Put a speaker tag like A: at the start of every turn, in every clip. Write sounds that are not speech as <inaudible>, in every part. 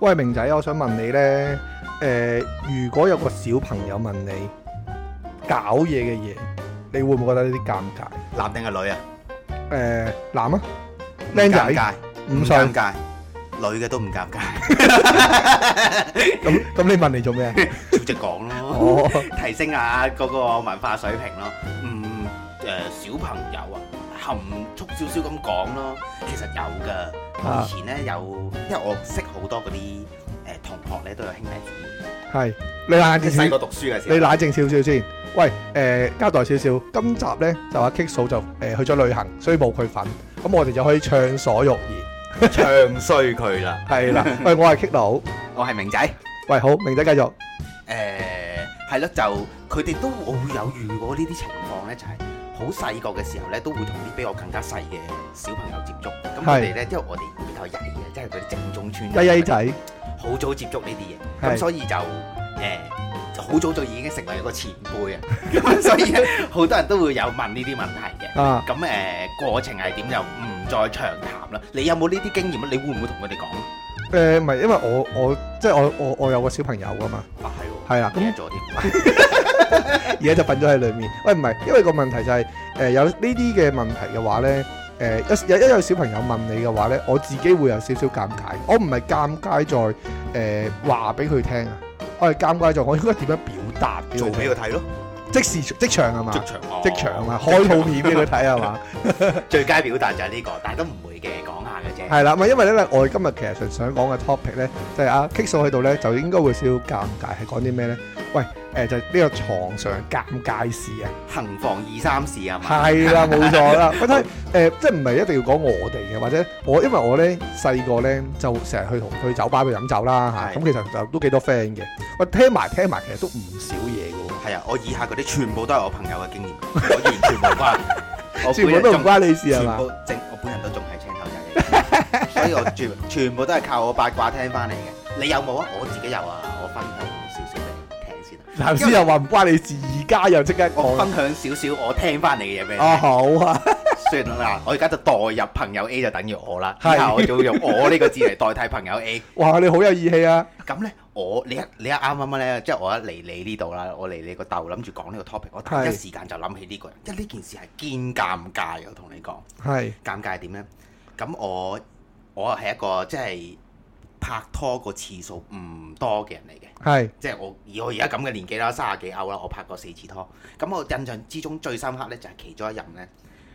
A: 喂，明仔，我想問你呢，誒、如果有個小朋友問你搞嘢嘅嘢，你會唔會覺得呢啲尷尬？
B: 男定係女啊？
A: 誒、男啊，僆
B: 唔尷
A: 仔
B: 尬，
A: 五
B: 唔
A: 歲，
B: 尷尬，女嘅都唔
A: <laughs>
B: 尷尬，
A: 咁咁你問嚟做
B: <laughs>
A: 咩啊？
B: 照直講咯，
A: 哦，
B: 提升下嗰個文化水平咯。嗯，誒、小朋友啊，含蓄少少咁講咯，其實有㗎。我
A: 啊
B: 以前咧有，因為我識好多嗰啲誒同學咧都有兄弟姊妹
A: 係你冷
B: 嘅，
A: 靜
B: 即係細
A: 少，
B: 個讀書嘅時
A: 你
B: 候。
A: 冷靜少少先。喂，誒、交代少少，今集呢就話 Kick 嫂就誒、去咗旅行，所以冇佢份，咁我哋就可以暢所欲
B: <laughs>
A: 言。
B: 唱衰佢啦！
A: 係啦，喂，我係 Kick 佬，
B: 我係明仔，
A: 喂，好，明仔繼續。
B: 誒係咯，就佢哋都我會有遇過呢啲情況咧，就係好細個嘅時候咧，都會同啲比我更加細嘅小朋友接觸。咁佢哋咧，因為我哋比較曳嘅，即係嗰啲正宗村，
A: 曳曳，仔，
B: 好早接觸呢啲嘢，
A: 係
B: 咁所以就誒。就好早就已經成為一個前輩啊， <laughs> 咁所以咧好多人都會有問呢啲問題嘅。
A: 啊，
B: 咁誒、過程係點就唔再長談啦。你有冇呢啲經驗啊？你會唔會同佢哋講？
A: 呃誒唔係，因為我我即係我我我有個小朋友噶嘛，
B: 啊係
A: 係啦，
B: 喎，
A: 咁
B: 咁咗添。
A: 而家就瞓咗喺裡面。喂，唔係，因為個問題就係、誒、有呢啲嘅問題嘅話咧，誒、有一一有小朋友問你嘅話咧，我自己會有少少尷尬。我唔係尷尬在誒話俾佢聽啊，我係尷尬在我應該點樣表達俾佢聽， <laughs>
B: 睇咯，
A: 即時即場啊係嘛？
B: 職場哦
A: 即場啊，開套片俾佢睇係嘛？
B: 最佳表達就係呢個，但係都唔會嘅，講下嘅啫。
A: 係啦，咪因為咧，我哋今日其實純想講嘅 topic 咧，就係阿 Kick 嫂喺度咧，就應該會少少尷尬，係講啲咩咧？喂，誒、就係呢個床上尷尬事啊！
B: 行房二三事啊嘛，
A: 係啦，冇錯
B: <laughs>
A: 啦。我睇誒，即係唔係一定要講我哋嘅，或者我因為我咧細個咧就成日去同去酒吧度飲酒啦嚇，
B: 係
A: 咁其實就都幾多 friend 嘅。我聽埋聽埋，其實都唔少嘢嘅
B: 係啊，我以下嗰啲全部都係我朋友嘅經驗，我完全冇
A: <laughs>
B: 關。我
A: 喎，全部都唔關你事啊係
B: 全
A: 嘛？
B: 部正，我本人都仲係青頭仔嚟嘅， <laughs> 所以我全全部都係靠我八卦聽翻嚟嘅。你有冇啊？我自己有啊，我分享少少俾你聽先啊。
A: 頭先又話唔關你事，而家又即刻
B: 我
A: 講啦
B: 分享少少我聽翻嚟嘅嘢俾你聽
A: 啊。好啊，
B: 算啦，我而家就代入朋友 A 就等於我啦，
A: 係
B: 以後我就會用我呢個字嚟代替朋友 A。
A: 哇你好有義氣啊！
B: 咁咧，我你一你一啱啱咧，即係我一嚟你呢度啦，我嚟你個竇諗住講呢個 topic，我第
A: 係
B: 一時間就諗起呢個人，因為呢件事係堅尷尬嘅，我同你講，
A: 係
B: 尷尬係點咧？咁我我係一個即係拍拖個次數唔多嘅人嚟嘅，
A: 係
B: 即係我以我而家咁嘅年紀啦，三十幾歐啦，我拍過四次拖。咁我印象之中最深刻咧，就係其中一任咧，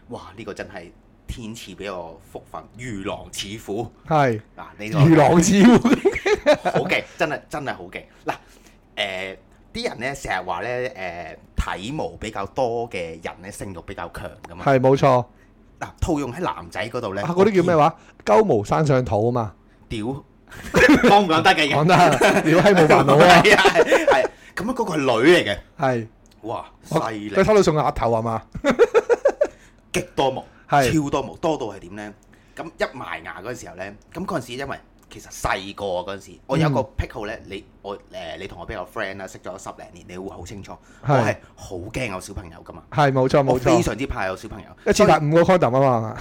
B: 哇！呢、個真係天賜俾我福分，如狼似虎
A: 係
B: 嗱，呢、個
A: 如狼似虎，
B: <laughs> 好嘅，真係真係好嘅。嗱，誒、啲人咧成日話咧誒體毛比較多嘅人咧性慾比較強噶嘛。
A: 係冇錯。
B: 嗱，套用喺男仔嗰度咧，
A: 啊嗰啲叫咩話？鳩毛生上肚啊嘛，
B: 屌， <laughs> 講唔講得嘅？
A: 講得屌閪冇煩惱
B: <laughs>
A: 啊，
B: 係啊，係係咁樣嗰個係女嚟嘅，
A: 係
B: 哇，
A: 我
B: 犀
A: 佢
B: 利，
A: 偷到送額頭係嘛？
B: 極多毛，
A: 係
B: 超多毛，多到係點咧？咁一埋牙嗰陣時候咧，咁嗰陣時因為其實細個嗰陣時，我有一個癖好咧，你我誒、你同我比較 friend 啦，識咗十零年，你會好清楚，我
A: 係
B: 係好驚有小朋友噶嘛。
A: 係冇錯
B: 我
A: 啊冇錯
B: 非。常之怕有小朋友，
A: 一次買五個 condom 啊嘛，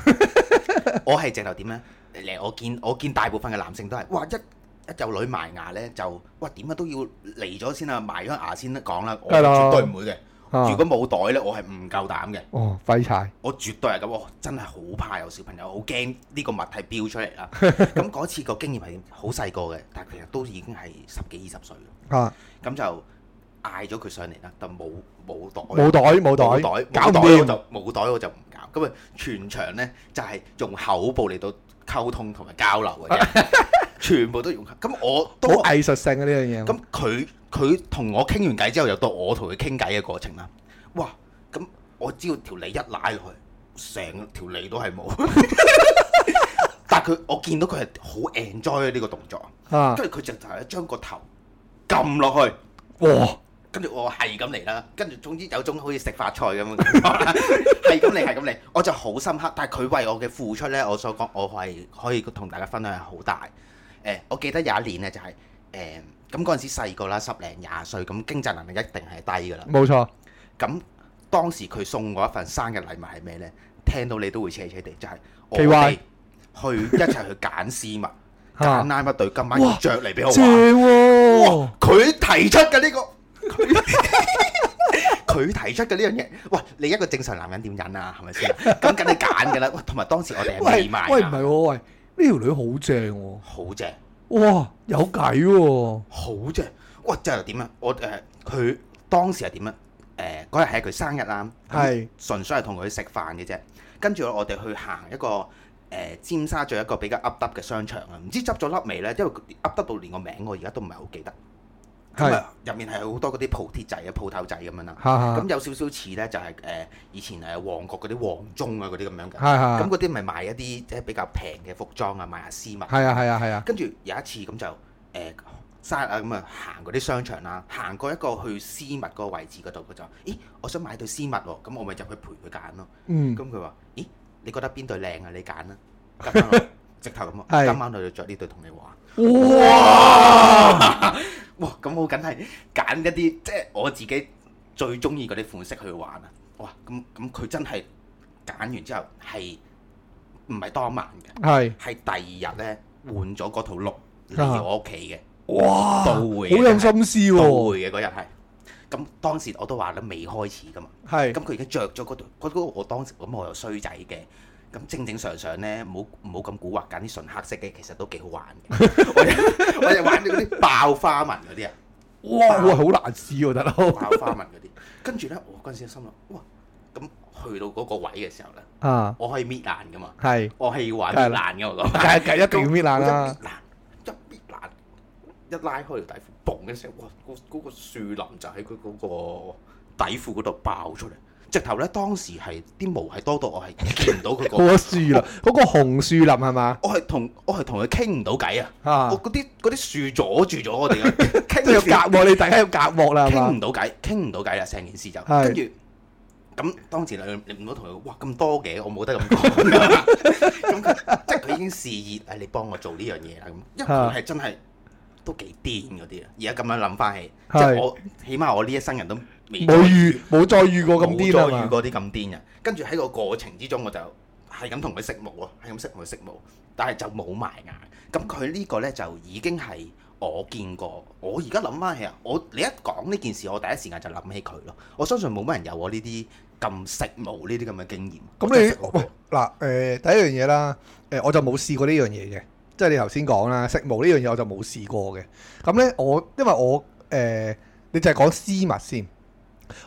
B: 我係直頭點呢？嚟我見我見大部分嘅男性都係，哇一一有女埋牙呢，就哇點啊都要嚟咗先啦，埋咗牙先得講啦，我
A: 梗係啦
B: 絕對唔會嘅。
A: 啊
B: <laughs> 如果冇袋呢，我係唔夠膽嘅，
A: 哦廢柴，
B: 我絕對係咁，我真係好怕有小朋友，好驚呢個物體飆出
A: <laughs>
B: 嚟啦。啊咁嗰次個經驗係點好細個嘅，但係其實都已經係十幾二十歲啦，
A: 啊
B: 咁就嗌咗佢上嚟啦，但冇冇袋。
A: 冇袋冇袋，
B: 冇
A: 搞
B: 冇
A: 唔
B: 袋我
A: 掂，
B: 就冇袋我就唔搞。咁啊，全場咧就係、用口部嚟到溝通同埋交流嘅
A: <laughs>
B: 啫，全部都用口。咁我都
A: 好藝術性啊嘅呢樣嘢。
B: 咁佢佢同我傾完偈之後，又到我同佢傾偈嘅過程啦。哇！咁我知道條脷一拉落去，成條脷都係冇。 <laughs> 但係佢我見到佢係好 enjoy 呢個動作，
A: 啊，
B: 跟住佢就就係將個頭撳落去。
A: 哇，
B: 跟住我係咁嚟啦，跟住總之有種好似食法菜咁嘅感覺啦， <laughs> 係咁嚟係咁嚟，我就好深刻。但係佢為我嘅付出呢，我所講我係可以同大家分享係好大。誒、我記得有一年呢，就係誒咁嗰陣時細個啦，十零廿歲，咁經濟能力一定係低㗎啦。
A: 冇錯，啊
B: 咁當時佢送我一份生日禮物係咩呢？聽到你都會斜斜地，就係、我
A: KY
B: 哋去一齊去揀絲襪，揀拉乜對今晚要
A: 哇
B: 着嚟俾我
A: 正
B: 玩。
A: 喎、
B: 啊哇！佢提出嘅呢、個， <laughs> 佢佢提出嘅呢樣嘢，喂，你一個正常男人點忍啊？係咪先？咁梗係揀㗎啦。喂，同埋當時我哋係
A: 喂
B: 未賣
A: 喂唔係
B: 㗎，
A: 喎，喂呢條女好正喎、
B: 好正，
A: 哇有計喎、
B: 好正。喂，就係點啊？我誒佢、當時係點啊？誒嗰日係佢生日啦，
A: 係
B: 咁純粹係同佢食飯嘅啫。跟住我哋去行一個誒、尖沙咀一個比較噏耷嘅商場啊，唔知執咗粒未呢？因為噏耷到連個名我而家都唔係好記得。咁
A: 係
B: 啊，入面係好多嗰啲鋪貼仔啊、鋪頭仔咁樣啦。
A: 哈哈
B: 咁有少少似咧，就係誒以前誒旺角嗰啲旺中啊嗰啲咁樣嘅。
A: 係
B: 咁
A: 係
B: 嗰啲咪賣一啲即係比較平嘅服裝啊，賣下絲襪。
A: 係啊係啊係啊
B: 跟住有一次咁就誒生日啊咁啊行嗰啲商場啦，行過一個去絲襪嗰個位置嗰度，佢就話咦我想買對絲襪喎，咁我咪入去陪佢揀咯。
A: 嗯
B: 咁佢話咦你覺得邊對靚啊？你揀
A: <laughs>
B: 啦。今晚我直頭咁啊！
A: 係
B: 今晚我就着呢對同你玩。
A: 哇
B: <laughs> 哇！咁我梗係揀一啲即係我自己最中意嗰啲款式去玩啊！哇！咁咁佢真係揀完之後係唔係當晚嘅？
A: 係
B: 係第二日咧換咗嗰套 look
A: 啊
B: 嚟我屋企嘅，
A: 哇
B: 到
A: 好
B: 會嘅
A: 有心思
B: 到
A: 喎、
B: 會嘅嗰日係。咁當時我都話啦，未開始噶嘛。
A: 係
B: 咁佢已經着咗嗰度，嗰嗰我當時咁我又衰仔嘅，咁正正常常咧，唔好唔好咁古惑，揀啲純黑色嘅其實都幾好玩嘅。我哋我哋玩咗嗰啲爆花紋嗰啲啊！
A: 哇喂好難試喎大佬
B: 爆花紋嗰啲。跟住咧，我嗰陣時心諗，哇！咁去到嗰個位嘅時候咧，
A: 啊
B: 我可以搣爛噶嘛，
A: 係
B: 我係要玩搣爛嘅我
A: 梗
B: 講。
A: 係梗係一定要搣爛啦
B: 一搣爛，一搣爛，一拉開條底褲，嘣嘅聲，哇！嗰、嗰個樹林就喺佢嗰個底褲嗰度爆出嚟。直頭咧，當時係啲毛係多到我係見唔到佢
A: 嗰
B: 個，
A: 個樹林嗰個紅樹林係嘛
B: 我係同我係同佢傾唔到偈啊！
A: 啊
B: 我嗰啲嗰啲樹阻住咗我哋啊，傾
A: 即係有
B: 唔到
A: 隔膜你大家有隔膜啦係
B: 傾
A: 嘛
B: 唔到偈，傾唔到偈啦，成件事就
A: 係
B: 跟住咁當時你你唔好同佢哇咁多嘅，我冇得咁講。 <laughs> 咁佢即係佢已經示熱，誒你幫我做呢樣嘢啦咁，因為佢係真係都幾癲嗰啲啊！而家咁樣諗翻起，即
A: 係
B: 係我起碼我呢一生人都未
A: 冇遇冇再遇過咁
B: 冇
A: 癲
B: 再遇
A: 啊嘛
B: 過啲咁癲嘅。跟住喺個過程之中，我就係咁同佢識舞咯，係咁識同佢識舞，但係就冇埋牙。咁佢呢個呢，就已經係我見過。我而家諗翻起啊，我你一講呢件事，我第一時間就諗起佢咯。我相信冇乜人有我呢啲咁識舞呢啲咁嘅經驗。
A: 咁
B: 我真係
A: 你
B: 識舞
A: 喂嗱誒、第一樣嘢啦，誒、我就冇試過呢樣嘢嘅，即係你頭先講啦，食毛呢樣嘢我就冇試過嘅。咁咧我因為我誒、你就係講絲襪先，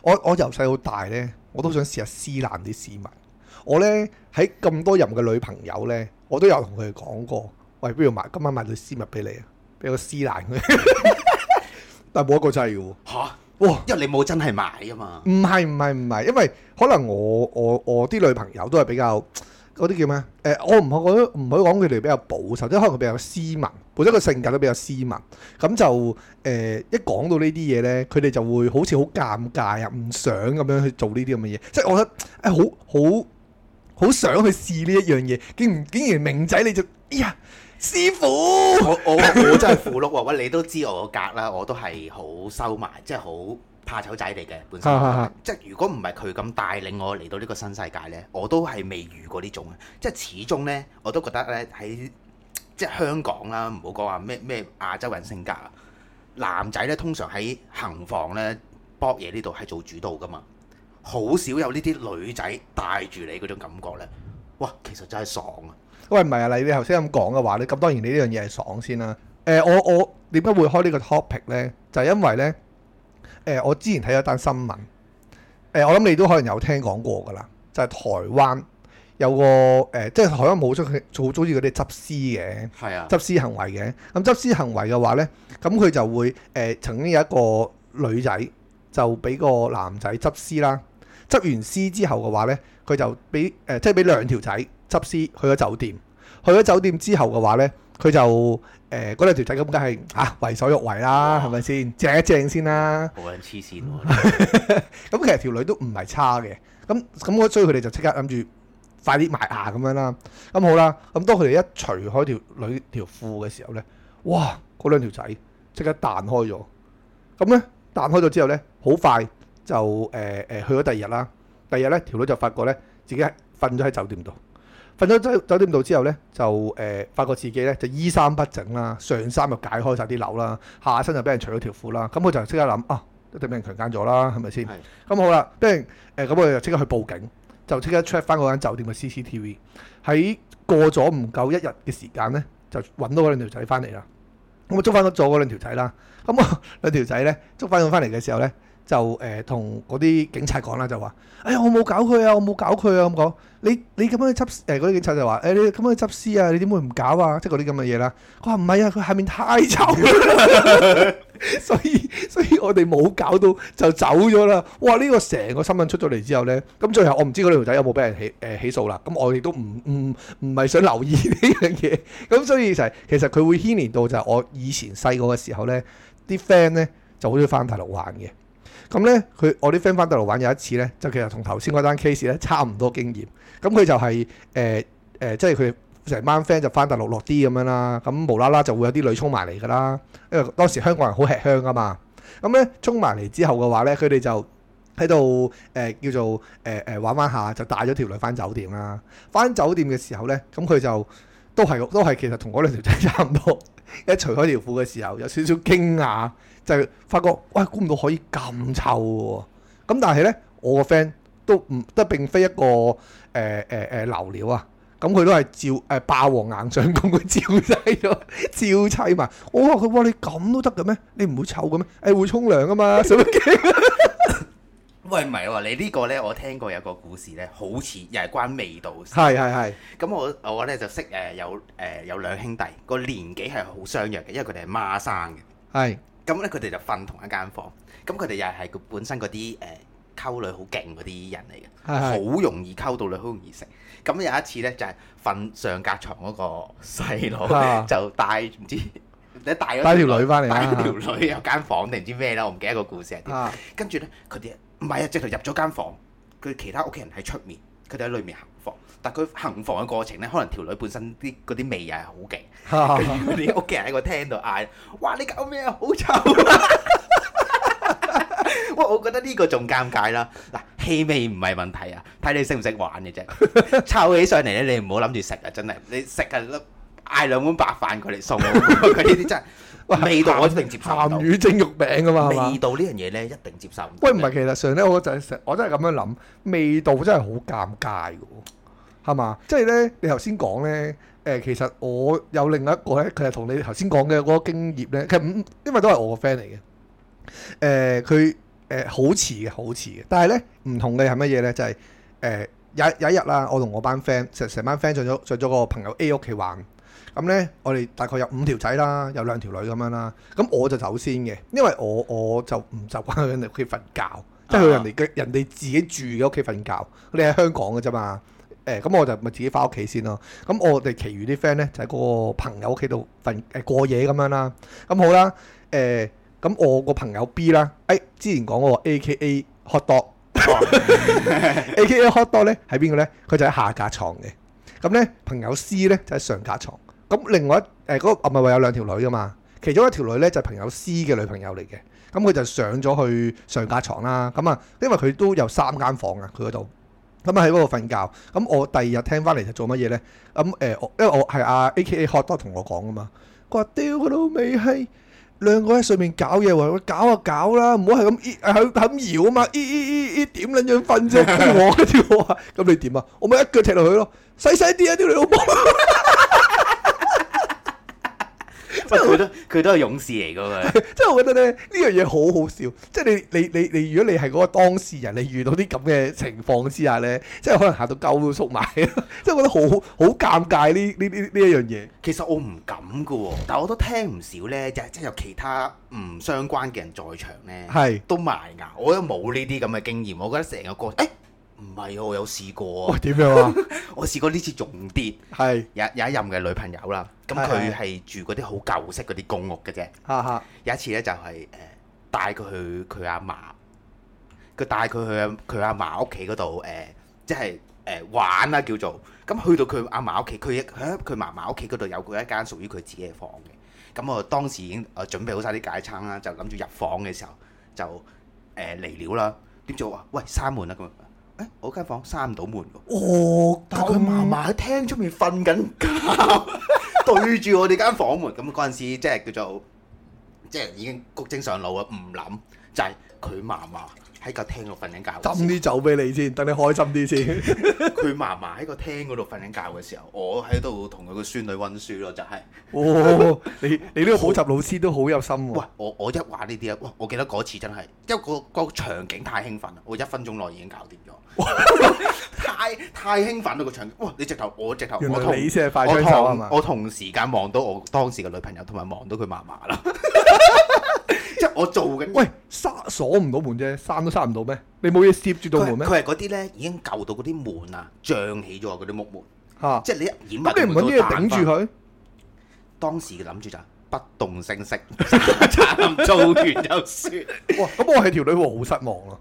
A: 我我由細到大咧，我都想試下撕爛啲絲襪。我咧喺咁多任嘅女朋友咧，我都有同佢哋講過，喂，不如買今晚買對絲襪俾你啊，俾我撕爛佢。 <laughs> 但係冇一個真係嘅喎，
B: 嚇，
A: 哇！
B: 因為你冇真係買啊嘛。
A: 唔係唔係唔係，因為可能我我我啲女朋友都係比較嗰啲叫咩？誒、我唔可唔可以講佢哋比較保守，即係可能佢比較斯文，本身個性格都比較斯文。咁就誒、一講到呢啲嘢咧，佢哋就會好似好尷尬啊，唔想咁樣去做呢啲咁嘅嘢。即係我覺得誒好好好想去試呢一樣嘢，竟然竟然明仔你就哎呀師傅
B: 我我我真係符碌喎！喂，你都知我個格啦，我都係好收埋，即係好怕醜仔嚟嘅本身
A: 啊啊啊。
B: 即係如果唔係佢咁帶領我嚟到呢個新世界呢，我都係未遇過呢種嘅。即係始終呢，我都覺得呢，喺即係香港啦，唔好講話咩咩亞洲人性格啊，男仔呢，通常喺行房呢，搏嘢呢度係做主導噶嘛，好少有呢啲女仔帶住你嗰種感覺呢。哇，其實真係爽啊！
A: 喂，唔係啊，你你頭先咁講嘅話咧，咁當然你呢樣嘢係爽先啦。誒、我我點解會開呢個 topic 咧？就係因為咧，誒、我之前睇咗單新聞，誒、我諗你都可能有聽講過噶啦，就係、台灣有個誒、即係台灣冇咗佢做中意嗰啲執屍嘅。
B: 係啊，
A: 執私行為嘅。咁執私行為嘅話呢，咁佢就會誒、呃曾經有一個女仔就俾個男仔執私啦，執完私之後嘅話呢，佢就俾誒、呃即係俾兩條仔執私去咗酒店，去咗酒店之後嘅話呢，佢就誒嗰兩條仔咁梗係嚇為所欲為啦，
B: 哇
A: 係咪先正一正先啦？
B: 好撚黐線喎！
A: 咁其實條女都唔係差嘅，咁咁我所以佢哋就即刻諗住快啲埋牙咁樣啦。咁好啦，咁當佢哋一除開條女條褲嘅時候咧，哇！嗰兩條仔即刻彈開咗。咁咧彈開咗之後咧，好快就呃誒誒、呃去咗第二日啦。第二日咧條女就發覺咧自己係瞓咗喺酒店度，瞓咗酒酒店度之後呢，就誒、呃、發覺自己呢就衣衫不整啦，上衫就解開晒啲紐啦，下身就俾人除咗條褲啦，咁佢就即刻諗啊，一定俾人強姦咗啦，係咪先
B: 係？
A: 咁好啦，俾人誒咁佢就即刻去報警，就即刻 check 翻嗰間酒店嘅 CCTV，喺過咗唔夠一日嘅時間呢，就揾到嗰兩條仔翻嚟啦。咁啊捉翻咗嗰兩條仔啦，咁啊 <laughs> 兩條仔呢，捉翻咗翻嚟嘅時候呢，就誒同嗰啲警察講啦，就話。哎呀，我冇搞佢啊，我冇搞佢啊，咁講，你你咁樣去執誒嗰啲警察就話，誒、你咁樣去執屍啊，你點會唔搞啊？即係嗰啲咁嘅嘢啦。佢話唔係啊，佢下面太臭啦 <laughs> 所以所以我哋冇搞到就走咗啦。哇！呢、個成個新聞出咗嚟之後咧，咁最後我唔知嗰條仔有冇俾人起誒、起訴啦。咁我亦都唔唔唔係想留意呢樣嘢。 <laughs> 咁所以就係、其實佢會牽連到就係我以前細個嘅時候咧，啲 friend 咧就好中意翻大陸玩嘅。咁咧，佢我啲 friend 翻大陸玩有一次咧，就其實同頭先嗰單 case 咧差唔多經驗。咁佢就係誒誒，呃即係佢成班 friend 就翻大陸落啲咁樣啦。咁無啦啦就會有啲女衝埋嚟㗎啦，因為當時香港人好吃香㗎嘛。咁咧衝埋嚟之後嘅話咧，佢哋就喺度誒叫做誒誒、呃玩玩下，就帶咗條女翻酒店啦。翻酒店嘅時候咧，咁佢就都係都係其實同嗰兩條仔差唔多。一除開條褲嘅時候，有少少驚訝，就係發覺喂，估唔到可以咁臭喎、咁但係咧，我個 friend 都唔都並非一個誒誒誒流料啊。咁佢都係照誒、霸王硬上弓，佢照砌咗， <laughs> 照砌埋。我話佢：哇，你咁都得嘅咩？你唔會臭嘅咩？誒、會沖涼啊
B: <laughs>
A: 嘛，使乜驚？
B: 喂，唔係喎，你呢個呢，我聽過有個故事呢，好似又係關味道事。
A: 係係係，
B: 咁我我咧就識誒有誒有兩兄弟，個年紀係好相若嘅，因為佢哋係孖生嘅。
A: 係
B: 咁咧佢哋就瞓同一間房，咁佢哋又係佢本身嗰啲誒呃溝女好勁嗰啲人嚟嘅。
A: 係係
B: 好容易溝到女，好容易食。咁有一次呢，就係、瞓上隔床嗰個細佬
A: 啊
B: 就帶唔知你帶咗
A: 帶條女返嚟啊
B: 帶咗條女入間房定唔知咩啦，我唔記得個故事係點。
A: 啊
B: 跟住呢，佢哋唔係啊，直頭入咗間房，佢其他屋企人喺出面，佢哋喺裏面行房。但佢行房嘅過程呢，可能條女本身啲嗰啲味又係好勁。 <laughs>
A: 哈哈
B: 跟住佢哋屋企人喺個廳度嗌：，哇！你搞咩啊？好臭啊！哇！我覺得呢個仲尷尬啦。嗱，氣味唔係問題啊，睇你識唔識玩嘅啫。臭起上嚟咧，你唔好諗住食啊！真係，你食啊，嗌兩碗白飯佢
A: <laughs>
B: 嚟送啊。佢呢啲真係味道，我一定接受唔到
A: 鹹。魚蒸肉餅啊嘛，係嘛
B: 味？道呢樣嘢咧，一定接受唔到。
A: 喂，唔係，其實上咧，我就係成，我真係咁樣諗，味道真係好尷尬嘅喎，係嘛？即係咧，你頭先講咧，誒、其實我有另一個咧，佢係同你頭先講嘅嗰個經驗咧，其實唔，因為都係我個 friend 嚟嘅，誒、佢誒呃好似嘅，好似嘅，但係咧唔同嘅係乜嘢咧？就係、誒、有有一日啦，我同我班 friend 成成班 friend 上咗上咗個朋友 A 屋企玩。咁咧，我哋大概有五條仔啦，有兩條女咁樣啦。咁我就走先嘅，因為我我就唔習慣去人哋屋企瞓覺，即係去人哋嘅人哋自己住嘅屋企瞓覺。你喺香港嘅啫嘛。誒咁、我就咪自己翻屋企先咯。咁我哋其餘啲 friend 咧就喺嗰個朋友屋企度瞓誒過夜咁樣啦。咁好啦，誒、咁我個朋友 B 啦，誒、之前講嗰個 A K A hot dog。A.K.A. <laughs> hot dog 咧係邊個咧？佢就喺下架床嘅。咁咧朋友 C 咧就喺上架床。咁另外一誒嗰個啊唔係話有兩條女噶嘛？其中一條女咧就係朋友 C 嘅女朋友嚟嘅。咁佢就上咗去上架床啦。咁啊，因為佢都有三間房啊，佢嗰度。咁啊喺嗰度瞓覺。咁我第二日聽翻嚟就做乜嘢咧？咁誒，我因為我係阿 A.K.A. hot dog 同我講噶嘛。佢話：屌佢老味閪！兩個喺上面搞嘢喎，搞啊搞啦，唔好係咁咦係咁搖啊嘛，咦咦咦咦點撚樣瞓啫？跟住我跟住我話：咁你點啊？我咪一腳踢落去咯，細細啲啊，屌你老母！
B: 喂，佢都佢都係勇士嚟㗎嘛。
A: 即係我覺得咧呢樣嘢好好笑，即係你你你你，如果你係嗰個當事人，你遇到啲咁嘅情況之下咧，即係可能行到鳩都縮埋， <laughs> 即係我覺得好好尷尬呢呢呢呢一樣嘢。
B: <laughs> 其實我唔敢㗎喎，但我都聽唔少咧，即係即係有其他唔相關嘅人在場咧。
A: 係，
B: 都埋牙，我都冇呢啲咁嘅經驗。我覺得成個過程，誒唔係喎我有試過
A: 喂
B: 啊，
A: 點樣啊？
B: 我試過呢次仲跌，
A: <laughs> 係，
B: 有有一任嘅女朋友啦，咁
A: 係
B: 佢
A: 係
B: 係住嗰啲好舊式嗰啲公屋嘅啫。
A: 哈哈，
B: 有一次咧就係、誒、帶佢去佢阿嫲，佢帶佢去佢阿嫲屋企嗰度誒，即係誒玩啦叫做。咁去到佢阿嫲屋企，佢一佢喺佢嫲嫲屋企嗰度有佢一間屬於佢自己嘅房嘅。咁我當時已經誒準備好晒啲解餐啦，就諗住入房嘅時候就誒嚟料啦。點做啊？喂，閂門啦咁樣。誒、我間房閂唔到門喎。
A: 哦，
B: 但但佢嫲嫲喺廳出面瞓緊覺，對住我哋間房門。咁嗰陣時即係叫做即係已經谷精上腦啊，唔諗就係佢嫲嫲喺個廳度瞓緊覺嘅時
A: 斟啲酒俾你先，等你開心啲先。
B: <laughs> 候。佢嫲嫲喺個廳嗰度瞓緊覺嘅時候，我喺度同佢個孫女温書咯，就係、
A: 哦，你你呢個補習老師都好有心喎、
B: 喂，我我一話呢啲啊，哇！我記得嗰次真係，因為個、個場景太興奮啦，我一分鐘內已經搞掂咗， <laughs> 太太興奮啦個場景，哇！你直頭我直頭
A: 原
B: 我
A: 來
B: 同
A: 你先係快
B: 我
A: 槍手啊嘛
B: 同？我同時間望到我當時嘅女朋友，同埋望到佢嫲
A: <laughs>
B: 嫲啦，即係我做緊。
A: 喂，閂鎖唔到門啫，閂都閂唔到咩？你冇嘢攝住道
B: 佢係
A: 門咩？
B: 佢係嗰啲咧，已經舊到嗰啲門啊，漲起咗嗰啲木門，
A: 嚇！
B: 即係你一掩埋
A: 咁你唔
B: 個
A: 揾
B: 門
A: 啲嘢頂
B: 都彈
A: 住
B: 翻。
A: 佢？
B: 當時諗住就係不動聲色， <laughs> 慘做完就算。
A: 哇！咁我係條女會好失望啊！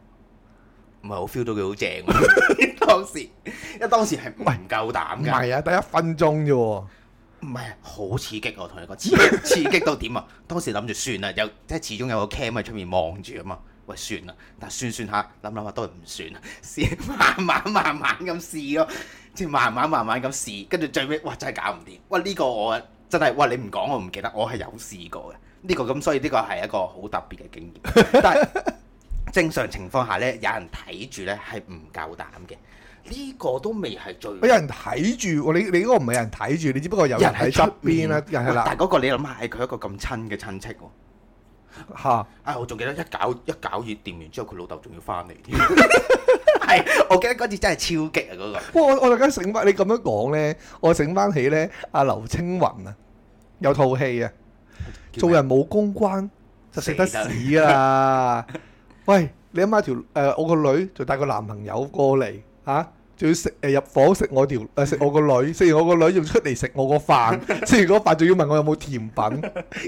B: 唔係好 feel 到佢好正喎，
A: <laughs>
B: 當時，因為當時係唔夠膽
A: 唔
B: 㗎，
A: 係啊，得一分鐘啫喎。
B: 唔係啊好刺激我同你講，刺激 <laughs> 刺激到點啊？當時諗住算啦，有即係始終有個 cam 喺出面望住啊嘛，喂算啦，但係算算下諗諗下都係唔算啦，試 <laughs> 慢慢慢慢咁試咯，即係慢慢慢慢咁試，跟住最尾哇真係搞唔掂，哇呢個我真係哇你唔講我唔記得，我係有試過嘅，呢個咁所以呢個係一個好特別嘅經驗， <laughs> 但係。正常情況下咧，有人睇住咧係唔夠膽嘅，呢、個都未係最。
A: 有人睇住，你你嗰個唔係有人睇住，你只不過有人喺側邊啦，又係
B: 喂但
A: 啦
B: 係嗰個你諗下，係佢一個咁親嘅親戚喎。
A: 嚇。
B: 啊，我仲記得一搞一搞熱掂完之後，佢老豆仲要翻 <laughs> 嚟添。係，我記得嗰次真係超激啊！嗰、個
A: 哇！我我突然間醒翻，你咁樣講咧，我醒翻起咧，阿劉青雲啊，有套戲啊，做人冇公關就食得屎啊！喂，你阿媽條誒、呃我個女就帶個男朋友過嚟嚇。仲要食誒、呃入房食我條誒食、我個女， <laughs> 食完我個女仲出嚟食我個飯， <laughs> 食完嗰個飯仲要問我有冇甜品，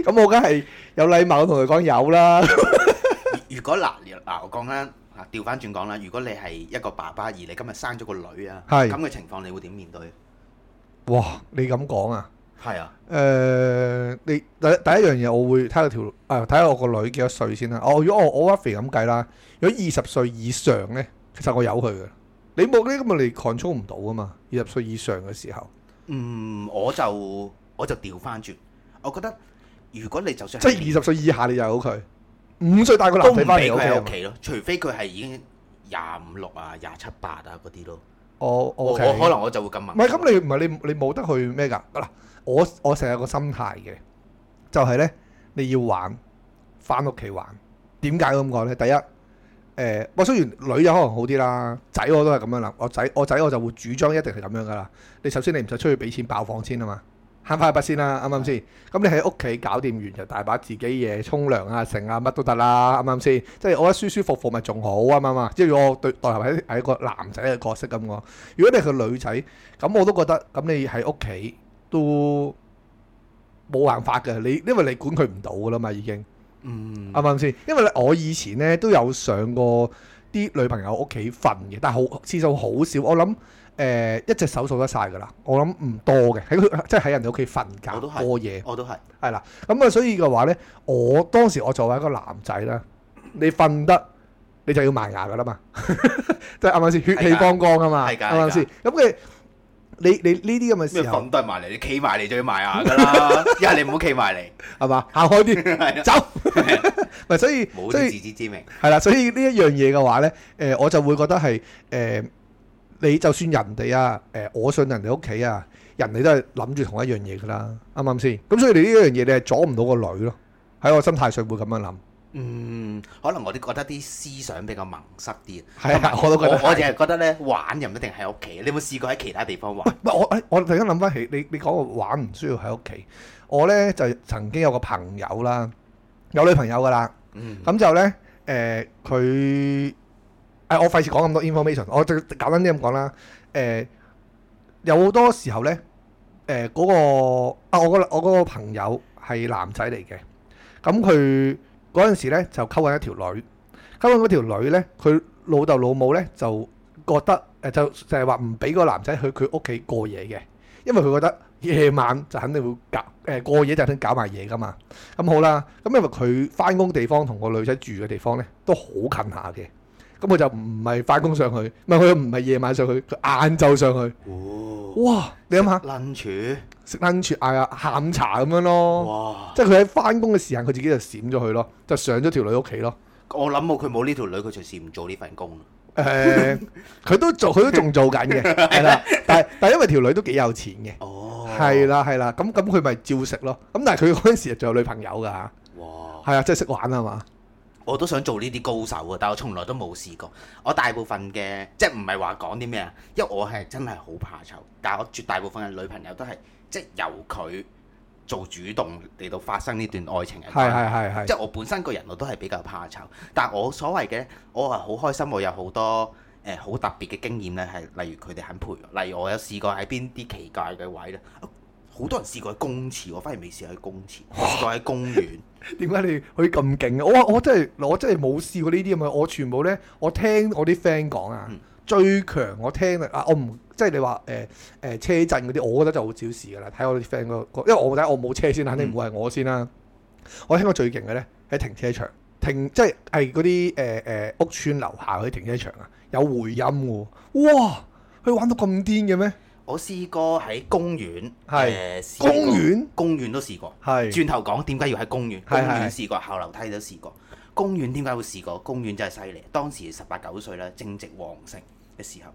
A: 咁我梗係有禮貌同佢講有啦。 <laughs>
B: 如果嗱嗱，我講啦嚇，調翻轉講啦，如果你係一個爸爸，而你今日生咗個女啊，
A: 係
B: 咁嘅情況，你會點面對？
A: 哇！你咁講啊？
B: 係啊，
A: 誒、呃你第第一樣嘢，我會睇下條啊，睇下我個女幾多歲先啦。哦，如果我我 r u 咁計啦，如果二十歲以上咧，其實我有佢嘅。你冇呢咁咪你 control 唔到啊嘛。二十歲以上嘅時候，
B: 嗯，我就我就調翻轉，我覺得如果你就算
A: 即係二十歲以下你就有佢，五歲大個男
B: 都唔
A: 仔翻
B: 俾
A: 嚟
B: 佢喺
A: 屋
B: 屋
A: 企。
B: 企咯，除非佢係已經廿五六啊、廿七八啊嗰啲咯。
A: 我
B: 我
A: 我
B: 我可能我就會咁問。
A: 唔係咁，你唔係你你冇得去咩㗎嗱？我我成日有個心態嘅，就係、咧你要玩，翻屋企玩。點解咁講咧？第一，誒、我雖然女有可能好啲啦，仔我都係咁樣諗。我仔我仔我就會主張一定係咁樣㗎啦。你首先你唔使出去俾錢爆房先啊嘛，慳翻一筆先啦，啱唔啱先？咁你喺屋企搞掂完就大把自己嘢，沖涼啊、剩啊乜都得啦，啱唔啱先？即係我覺得舒舒服服咪仲好啱唔啱啊？即係如果我對代入喺喺一個男仔嘅角色咁講，如果你係個女仔。咁我都覺得，咁你喺屋企都冇辦法嘅，你因為你管佢唔到噶啦嘛，已經
B: 嗯
A: 啱唔啱先？因為咧我以前咧都有上過啲女朋友屋企瞓嘅，但係好次數好少，我諗誒、呃一隻手數得晒噶啦，我諗唔多嘅，喺佢即係喺人哋屋企瞓
B: 我都
A: 覺
B: 係
A: 過夜，
B: 我都係，
A: 係啦。咁啊，所以嘅話咧，我當時我作為一個男仔啦，你瞓得。你就要埋牙噶啦嘛， <laughs> 即係啱唔啱先？血氣
B: 係㗎
A: 方剛啊嘛，
B: 係㗎
A: 啱唔啱先？咁嘅你你呢啲咁嘅
B: 咩
A: 時候，
B: 瞓低埋嚟，你企埋嚟就要埋牙噶啦，
A: <laughs>
B: 一係你唔好企埋嚟，
A: 係嘛？行開
B: <laughs>
A: 啲，
B: 係啊，
A: 走。咪所以
B: 冇
A: 所
B: 啲
A: 以
B: 自知之明，
A: 係啦，所以呢一樣嘢嘅話咧，誒、我就會覺得係誒、你就算人哋啊，誒、我上人哋屋企啊，人哋都係諗住同一樣嘢噶啦，啱唔啱先？咁所以你呢樣嘢你係阻唔到個女咯，喺我心態上會咁樣諗。
B: 嗯，可能我啲覺得啲思想比較萌塞啲，
A: 係啊，我都覺
B: 我
A: 得
B: 我
A: 係。
B: 淨係覺得咧玩又唔一定喺屋企，你有冇試過喺其他地
A: <laughs>
B: 方玩？
A: 喂，我哎我突然間諗翻起，你你講我玩唔需要喺屋企，我咧就曾經有個朋友啦，有女朋友噶啦。
B: 嗯，
A: 咁就咧，誒佢誒我費事講咁多 information，我就簡單啲咁講啦。誒、有好多時候咧，誒、嗰、個啊我個我嗰個朋友係男仔嚟嘅，咁佢嗰陣時咧就溝緊一條女，溝緊嗰條女咧，佢老豆老母咧就覺得誒、呃就就係話唔俾個男仔去佢屋企過夜嘅，因為佢覺得夜晚就肯定會搞誒、呃過夜就肯定搞埋嘢噶嘛。咁好啦，咁因為佢翻工地方同個女仔住嘅地方咧都好近下嘅，咁佢就唔係翻工上去，唔係佢唔係夜晚上去，佢晏晝上去，
B: 哦
A: 哇！你諗下
B: ，lunch，
A: 食 lunch 嗌啊下午茶咁樣咯，
B: 哇！
A: 即係佢喺翻工嘅時間，佢自己就閃咗佢咯，就上咗條女屋企咯。
B: 我諗冇佢冇呢條女，佢隨時唔做呢份工。
A: 誒、 <laughs> 佢都做，佢都仲做 <laughs> 緊嘅，係啦。但係但係因為條女都幾有錢嘅，
B: 哦，
A: 係，啦係啦，咁咁佢咪照食咯。咁但係佢嗰陣時仲有女朋友㗎，
B: 哇！
A: 係啊，即係識玩啊嘛。
B: 我都想做呢啲高手啊，但我從來都冇試過。我大部分嘅即係唔係話講啲咩啊，因為我係真係好怕醜，但係我絕大部分嘅女朋友都係即係由佢做主動嚟到發生呢段愛情嘅關
A: 係
B: 係。
A: 係係係
B: 即。係我本身個人我都係比較怕醜，但係我所謂嘅，我係好開心，我有好多誒好、特別嘅經驗咧，係例如佢哋肯陪我，例如我有試過喺邊啲奇怪嘅位咧，啊好多人試過喺公廁，我反而未試過喺公廁，我試過喺公園，
A: 點解你可以咁勁嘅？我我真係我真係冇試過呢啲咁嘅，我全部咧，我聽我啲 friend 講啊
B: 嗯，
A: 最強我聽啊，我唔即係你話誒誒車震嗰啲，我覺得就好小事㗎啦。睇我啲 friend 嗰個，因為我睇我冇車先啦，
B: 嗯
A: 肯定唔會係我先啦。我聽過最勁嘅咧喺停車場停，即係係嗰啲誒誒屋村樓下嗰啲停車場啊，有回音嘅喎。哇！佢玩到咁癲嘅咩？
B: 我試過喺公園，
A: 係
B: 誒試過
A: 公園
B: 公園都試過。
A: 係
B: 轉頭講點解要喺公園？公
A: 係
B: 園
A: 係
B: 試過，後樓梯都試過。公園點解會試過？公園真係犀利。當時十八九歲啦，正值旺盛嘅時候，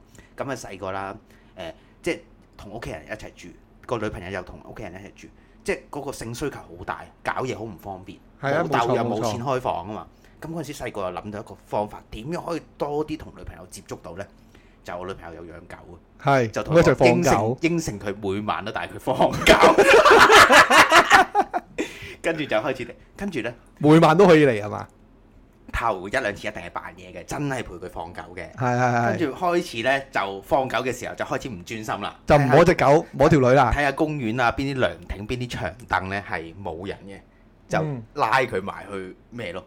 B: 咁啊細個啦，誒、即係同屋企人一齊住，個女朋友又同屋企人一齊住，即係嗰個性需求好大，搞嘢好唔方便。
A: 係啊
B: 老
A: 冇
B: 豆
A: 錯
B: 又冇
A: 冇錯
B: 錢開房啊嘛。咁嗰陣時細個又諗到一個方法，點樣可以多啲同女朋友接觸到呢？就我女朋友有養狗啊。
A: 係，就
B: 就
A: 同佢
B: 同佢
A: 一齊
B: 講
A: 放
B: 應承
A: 狗。
B: 應承佢每晚都帶佢放
A: <laughs>
B: 狗，跟住就開始嚟，跟住呢，
A: 每晚都可以嚟係嘛？
B: 頭一兩次一定係扮嘢嘅，真係陪佢放狗嘅。
A: 係係
B: 跟
A: 係，
B: 住開始呢，就放狗嘅時候就開始唔專心啦，
A: 就唔摸只狗，摸條女啦。
B: 睇下公園啊，邊啲涼亭、邊啲長凳呢係冇人嘅，
A: 嗯
B: 就拉佢埋去咩咯。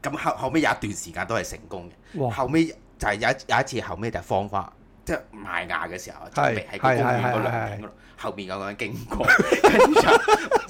B: 咁後後尾有一段時間都係成功嘅。
A: 哇！
B: 後尾就係有一有一次後尾就係放花，即係埋牙嘅時候，
A: 係
B: 準備喺個公園嗰涼亭嗰度，後面有個人經過， <laughs> 跟住就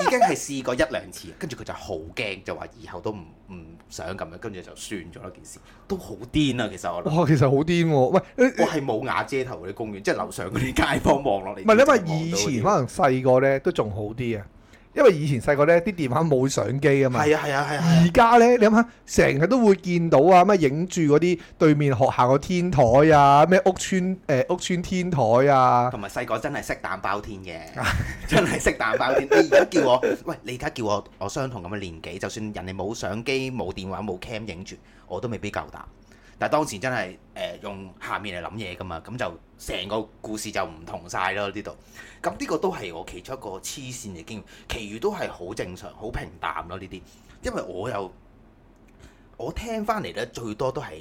B: 已經係試過一兩次，跟住佢就好驚，就話以後都唔唔想咁樣，跟住就算咗啦件事，都好癲啊！其實
A: <laughs>
B: 我諗，
A: 哇，其實好癲喎！喂，誒
B: 我係冇瓦遮頭嗰啲公園，即係樓上嗰啲街坊望落嚟，
A: 呃唔係你
B: 真係
A: 因為以前
B: 望到嗰啲
A: 可能細個咧都仲好啲啊，因為以前細個咧啲電話冇相機啊嘛。
B: 係啊係啊係啊係啊
A: 而家咧，你諗下，成日都會見到啊，咩影住嗰啲對面學校個天台啊，咩屋村
B: 嗯
A: 誒、屋村天台啊，
B: 同埋細個真係識蛋包天嘅，真係識蛋包天。你而家叫我，喂，你而家叫我，我相同咁嘅年紀，就算人哋冇相機、冇電話、冇 cam 影住，我都未必夠膽。但係當時真係誒、呃用下面嚟諗嘢㗎嘛，咁就成個故事就唔同晒咯呢度。咁呢個都係我其中一個黐線嘅經驗，其餘都係好正常、好平淡咯呢啲。因為我又我聽翻嚟咧，最多都係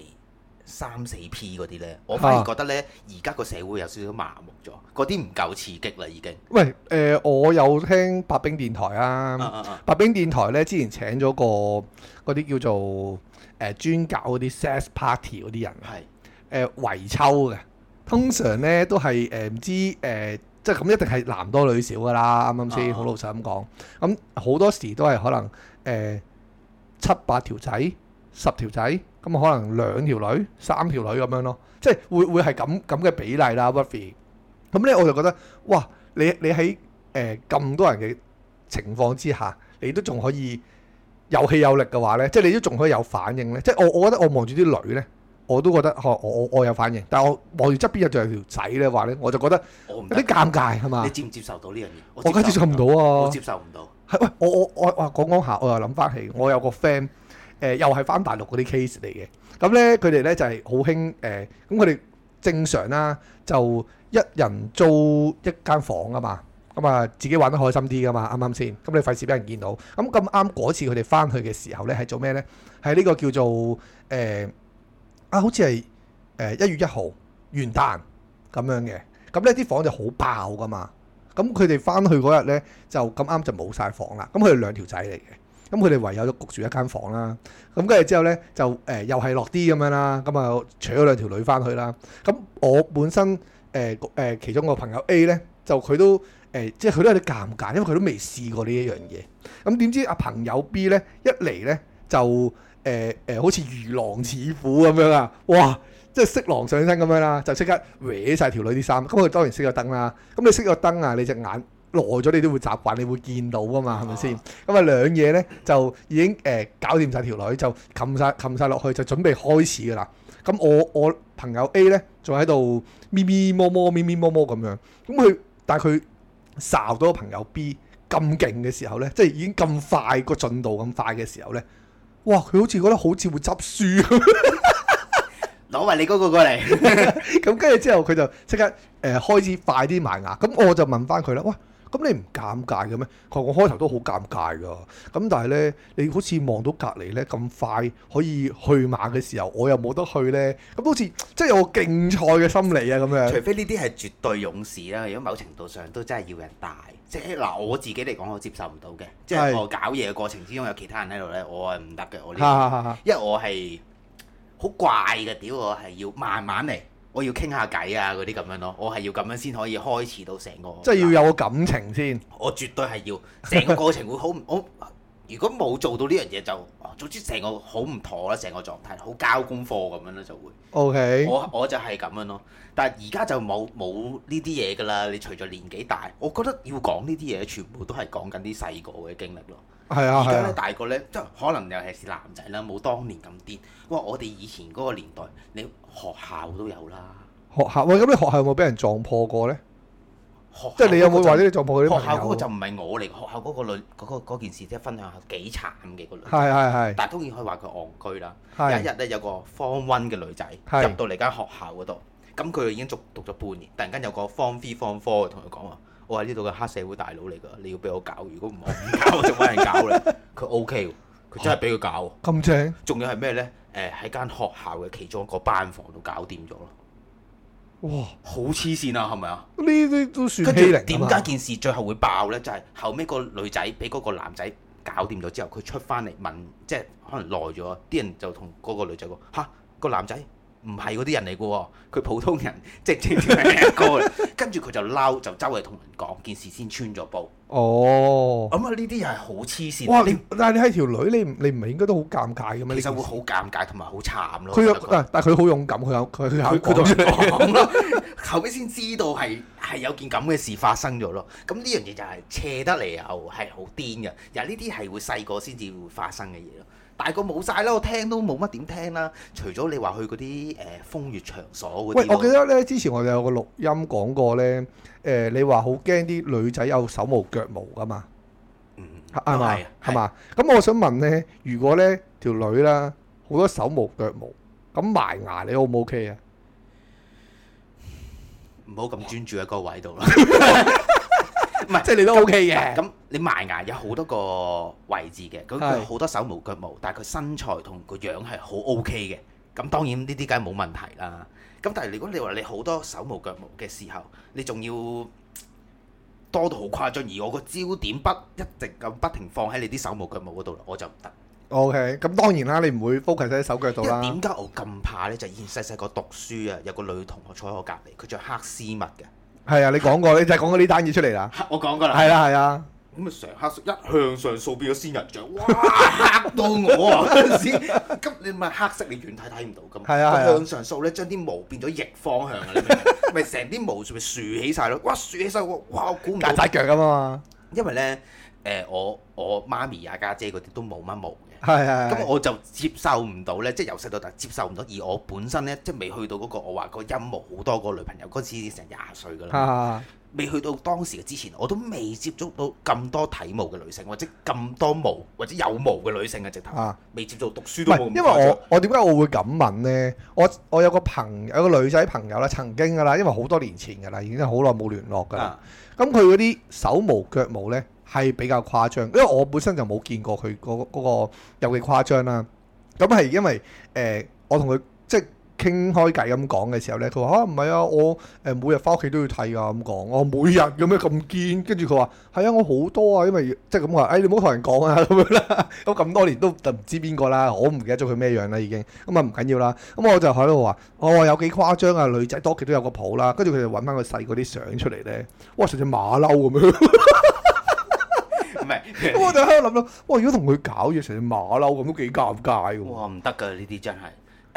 B: 三四 P 嗰啲咧，我反而
A: 啊
B: 覺得咧，而家個社會有少少麻木咗，嗰啲唔夠刺激啦已經。
A: 喂誒、我有聽白冰電台啊。
B: 啊啊啊！
A: 白冰電台咧之前請咗個嗰啲叫做誒、專搞嗰啲 sex party 嗰啲人啊
B: 係
A: 誒圍抽嘅，通常咧都係誒唔知誒、即係咁一定係男多女少噶啦，啱啱
B: 啊
A: 先好老實咁講。咁好多時都係可能誒、七八條仔、十條仔，咁可能兩條女、三條女咁樣咯，即係會會係咁咁嘅比例啦 w u f f y 咁咧我就覺得，哇！你你喺誒咁多人嘅情況之下，你都仲可以有氣有力嘅話咧，即係你都仲可以有反應咧。即係我我覺得我望住啲女咧。我都覺得哦我我我有反應，但係我望住側邊有仲有條仔咧話咧，我就覺得
B: 我唔
A: 有
B: 得
A: 啲，尷尬係嘛
B: 你？接唔接受到呢樣嘢？我
A: 我梗係接受唔到
B: 我
A: 啊！
B: 接受唔到。
A: 係喂，我我我我講講下，我又諗翻起我有個 friend 誒、又係翻大陸嗰啲 case 嚟嘅。咁咧佢哋咧就係好興誒，咁佢哋正常啦，就一人租一間房啊嘛。咁啊，自己玩得開心啲噶嘛，啱啱先？咁你費事俾人見到。咁咁啱嗰次佢哋翻去嘅時候咧，係做咩咧？係呢個叫做誒、啊，好似係誒一月一號元旦咁樣嘅。咁呢啲房就好爆噶嘛。咁佢哋翻去嗰日咧，就咁啱就冇晒房啦。咁佢哋兩條仔嚟嘅，咁佢哋唯有就焗住一間房啦。咁跟住之後咧，就誒、呃又係落啲咁樣啦。咁啊，娶咗兩條女翻去啦。咁我本身誒誒、呃其中個朋友 A 咧，就佢都誒、呃即係佢都有啲尷尬，因為佢都未試過呢一樣嘢。咁點知阿朋友 B 呃咧一嚟咧就誒誒、呃好似如狼似虎咁樣啊！哇！即係色狼上身咁樣啦，就即刻搲晒條女啲衫。咁佢當然熄咗燈啦。咁你熄咗燈啊，你隻眼耐咗，你都會習慣，你會見到噶嘛，係咪先？咁啊兩嘢咧就已經誒、呃搞掂晒條女，就冚晒冚晒落去，就準備開始噶啦。咁我我朋友 A 咧仲喺度咪咪摸摸咪咪摸摸咁樣，咁佢但係佢睄到個朋友 B 咁勁嘅時候咧，即係已經咁快個進度咁快嘅時候咧，哇！佢好似覺得好似會執輸咁。 <laughs>
B: 攞埋你嗰個過嚟，
A: 咁跟住之後佢就即刻誒、呃、開始快啲埋牙，咁我就問翻佢啦，喂，咁你唔尷尬嘅咩？佢話我開頭都好尷尬㗎，咁但係咧，你好似望到隔離咧咁快可以去馬嘅時候，我又冇得去咧，咁好似即係有個競賽嘅心理啊咁樣。
B: 除非呢啲係絕對勇士啦。如果某程度上都真係要人帶，即係嗱我自己嚟講，我接受唔到嘅，即係
A: 係
B: 我搞嘢嘅過程之中有其他人喺度咧，我係唔得嘅。我呢啲，
A: 哈哈哈！
B: 因為我係好怪嘅，屌我係要慢慢嚟，我要傾下偈啊嗰啲咁樣咯，我係要咁樣先可以開始到成個，
A: 即係要有個感情先，
B: 我絕對係要成個過程會好唔 <laughs> 我如果冇做到呢樣嘢就，哦總之成個好唔妥啦，成個狀態好交功課咁樣啦就會。
A: OK，
B: 我我就係咁樣咯，但係而家就冇冇呢啲嘢㗎啦。你除咗年紀大，我覺得要講呢啲嘢，全部都係講緊啲細個嘅經歷咯。
A: 係啊係
B: 而家咧
A: 啊，
B: 大個咧，即係可能尤其是男仔啦，冇當年咁癲。哇！我哋以前嗰個年代，你學校都有啦，
A: 學校喂，咁你學校有冇俾人撞破過咧？
B: 學校
A: 即係你有冇
B: 嗰個就
A: 或者你撞破過
B: 學
A: 啲朋
B: 校嗰個就
A: 友？啊
B: 唔係我嚟，學校嗰個女嗰、個嗰件事，即係分享下幾慘嘅個女。
A: 係係係
B: 但係當然可以話佢戇居啦。有一
A: 係
B: 日咧，有個 form one 嘅女仔
A: 係
B: 入到嚟間學校嗰度，咁佢已經讀讀咗半年，突然間有個 form three form four 同佢講話：我係呢度嘅黑社會大佬嚟㗎，你要俾我搞，如果唔係我唔
A: <laughs>
B: 搞，我就揾人搞啦。佢 OK 喎，佢真係俾佢搞喎，
A: 咁正，
B: 仲有係咩呢？誒喺間學校嘅其中一個班房度搞掂咗咯，
A: 哇！呢
B: 好黐線啊，係咪啊？
A: 啲都算
B: 跟
A: 欺
B: 住
A: 凌啊
B: 點
A: 嘛
B: 解件事最後會爆呢？就係、後尾個女仔俾嗰個男仔搞掂咗之後，佢出翻嚟問，即係可能耐咗，啲人就同嗰個女仔講：吓，個男仔唔係嗰啲人嚟嘅喎，佢普通人，即係正正係一個 <laughs> 嚟。跟住佢就嬲，就周圍同人講件事先穿咗煲。
A: 哦。
B: 咁啊，呢啲係好黐線。
A: 哇！
B: 你
A: 你但係你係條女，你唔你唔係應該都好尷尬嘅咩？
B: 其實會
A: 呢件事
B: 好尷尬同埋好慘咯。
A: 佢有
B: 我覺得
A: 但但係佢好勇敢，佢有佢佢有
B: 佢佢
A: 啊講
B: 就
A: 出嚟
B: 講咯， <laughs> 後尾先知道係係有件咁嘅事發生咗咯。咁呢樣嘢就係斜得嚟又係好癲嘅，又呢啲係會細個先至會發生嘅嘢咯。大個冇晒啦，我聽都冇乜點聽啦。除咗你話去嗰啲誒風月場所嗰
A: 喂
B: 啲，咯，
A: 我記得咧，之前我哋有個錄音講過咧，誒、你話好驚啲女仔有手毛腳毛噶嘛，
B: 嗯
A: 係啱嘛
B: 係啊？
A: 係嘛？咁我想問咧，如果咧條女啦好多手毛腳毛，咁埋牙你 O 唔 OK 啊？
B: 唔好咁專注喺個位度啦。
A: 即係你都 OK 嘅。
B: 咁你埋牙有好多個位置嘅，咁
A: 係
B: 佢好多手毛腳毛，但係佢身材同個樣係好 OK 嘅。咁當然呢啲梗係冇問題啦。咁但係如果你話你好多手毛腳毛嘅時候，你仲要多到好誇張，而我個焦點不一直咁不停放喺你啲手毛腳毛嗰度啦，我就唔得。
A: OK，咁當然啦，你唔會 focus 喺手腳度
B: 因為
A: 啦。
B: 點解我咁怕呢？就係以前細細個讀書啊，有個女同學坐喺我隔離，佢着黑絲襪嘅。
A: 係啊，你講過，你就係講過呢單嘢出嚟啦。
B: <laughs> 我講過啦。
A: 係啦，係啊。
B: 咁啊，成黑色一向上掃變咗仙人掌，
A: <laughs>
B: 哇！嚇到我啊！嗰陣時，咁你咪黑色，你遠睇睇唔到噶嘛。
A: 係啊係啊
B: 咁向上掃咧，將啲毛變咗逆方向啊！你明唔
A: <laughs>
B: 明？咪成啲毛咪豎起晒咯，哇！豎起晒喎，哇！我估
A: <laughs>
B: 唔
A: 曱
B: 到，
A: 甴腳啊嘛，
B: 因為咧，誒、我我媽咪啊家姐嗰啲都冇乜毛嘅，
A: 係係
B: 咁
A: 係
B: 我就接受唔到咧，即係由細到大接受唔到。而我本身咧，即係未去到嗰、個我話個陰毛好多個女朋友嗰陣時成廿歲噶啦。
A: <laughs> 哈哈，
B: 未去到當時嘅之前，我都未接觸到咁多體毛嘅女性，或者咁多毛或者有毛嘅女性嘅直頭，
A: 啊
B: 未接觸讀書
A: 唔
B: 都
A: 係，
B: 冇咁
A: 因為
B: 誇張
A: 我我點解我會咁問呢？我我有個朋有個女仔朋友啦，曾經噶啦，因為好多年前噶啦，已經係好耐冇聯絡噶啦。
B: 啊
A: 咁佢嗰啲手毛腳毛呢係比較誇張，因為我本身就冇見過佢嗰嗰個有幾誇張啦。咁係因為誒、呃我同佢即係傾開偈咁講嘅時候呢，佢話啊唔係啊，我誒每日翻屋企都要剃㗎咁講，我每日咁樣咁堅，跟住佢話係啊，我好多啊，因為即係咁話，誒你唔好同人講啊咁樣啦，咁咁多年都唔知邊個啦，我唔記得咗佢咩樣啦已經，咁啊唔緊要啦，咁我就喺度話，我、話有幾誇張啊，女仔多屋企都有個譜啦，跟住佢就揾翻個細嗰啲相出嚟呢，哇成隻馬騮咁
B: <laughs>
A: 樣，
B: 唔
A: 咁
B: 係，
A: 我就喺度諗咯，哇如果同佢搞嘢成隻馬騮咁都幾尷尬喎，
B: <laughs> 哇唔得㗎呢啲真係。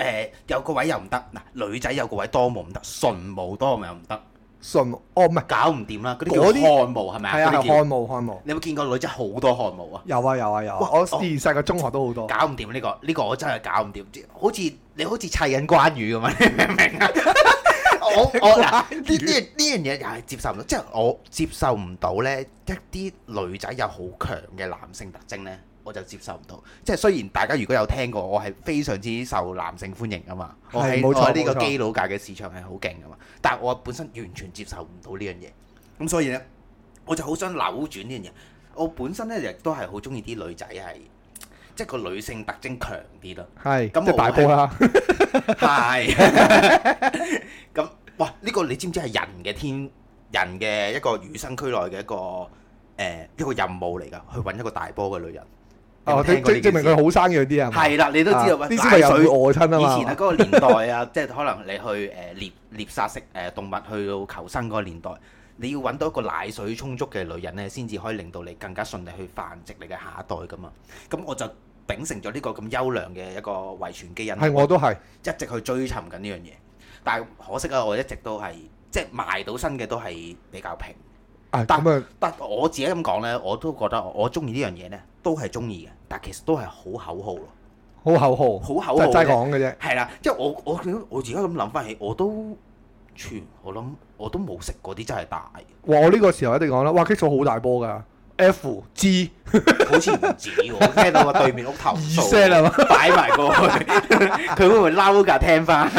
B: 誒、誒有個位又唔得，嗱女仔有個位多毛唔得，純毛多毛又唔得，
A: 純哦唔係，
B: 搞唔掂啦。嗰啲
A: 嗰
B: 叫
A: 啲
B: 汗毛係咪
A: 係
B: 啊？
A: 啊
B: 嗰啲
A: 係
B: 叫
A: 汗毛汗毛，
B: 你有冇見過女仔好多汗毛啊？
A: 有啊有啊有啊
B: 哇！
A: 我
B: 我
A: 以前細個中學都好多，
B: 搞唔掂呢個，呢、個我真係搞唔掂，即好似你好似砌緊關羽咁啊！ <laughs> 你明唔明啊？我我嗱呢呢呢樣嘢又係接受唔到，即係我接受唔到咧一啲女仔有好強嘅男性特徵咧，我就接受唔到。即係雖然大家如果有聽過，我係非常之受男性歡迎噶嘛，我
A: 係
B: 喺
A: 冇
B: 我
A: 錯
B: 喺呢個
A: 冇錯
B: 基佬界嘅市場係好勁噶嘛，但係我本身完全接受唔到呢樣嘢，咁所以咧我就好想扭轉呢樣嘢。我本身咧亦都係好中意啲女仔係。即係個女性特徵強啲
A: <laughs>
B: 咯。
A: 係
B: 咁
A: 即係
B: 我
A: 大波啦，
B: 係。咁哇，呢、個你知唔知係人嘅天人嘅一個與生俱來嘅一個誒、呃一個任務嚟㗎，去揾一個大波嘅女人。有冇
A: 哦，
B: 聽過
A: 證
B: 呢
A: 證
B: 件
A: 明
B: 事
A: 佢好生養啲啊，係嘛
B: 係啦，你都知道
A: 啊
B: 喂
A: 呢啲咪又
B: 奶水
A: 唔會餓親啊嘛，
B: 以前啊，嗰個年代啊， <laughs> 即係可能你去誒獵獵殺食誒動物去到求生嗰個年代，你要揾到一個奶水充足嘅女人咧，先至可以令到你更加順利去繁殖你嘅下一代噶嘛。咁我就秉承咗呢個咁優良嘅一個遺傳基因，
A: 係我都係。
B: 一直去追尋緊呢樣嘢。但係可惜啊，我一直都係即係賣到身嘅都係比較平。
A: 啊，
B: 但
A: 咁啊，
B: 但我自己咁講呢，我都覺得我中意呢樣嘢呢，都係中意嘅，但其實都係好口號咯，
A: 好口號，
B: 好口
A: 就
B: 號
A: 係齋
B: 啫。
A: 講嘅啫。
B: 係啦，因為我我我而家咁諗翻起，我都全我諗我都冇食過啲真係大，
A: <laughs> 哇！我呢個時候一定講啦，哇棘數好大波㗎，F G <laughs>
B: 好似唔止喎。我聽到我對面屋投
A: 二
B: 訴，
A: 聲係嘛？
B: 擺埋
A: <laughs>
B: 過去，佢會唔會嬲㗎？聽翻，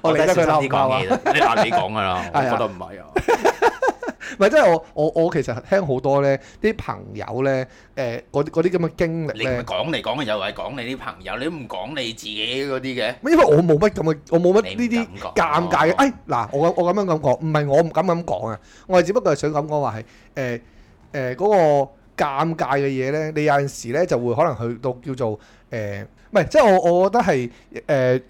A: 我理
B: 真
A: 得佢
B: 係小
A: 嬲唔
B: 心啲
A: 嬲啊
B: 講嘢啦。你話你
A: <laughs>
B: 講㗎啦，我
A: 係啊
B: 覺得唔係啊。
A: 唔係，即係我我我其實聽好多咧，啲朋友咧，誒嗰啲嗰啲咁嘅經歷
B: 你咪
A: 咧，
B: 講嚟講去又係講你啲朋友，你都唔講你自己嗰啲嘅。
A: 因為我冇乜咁嘅，我冇乜呢啲
B: 你唔敢講
A: 尷尬嘅。哎，嗱，我我咁樣咁講，唔係我唔敢咁講啊，我係只不過係想咁講話係誒誒嗰個尷尬嘅嘢咧，你有陣時咧就會可能去到叫做誒，唔係即係我我覺得係誒。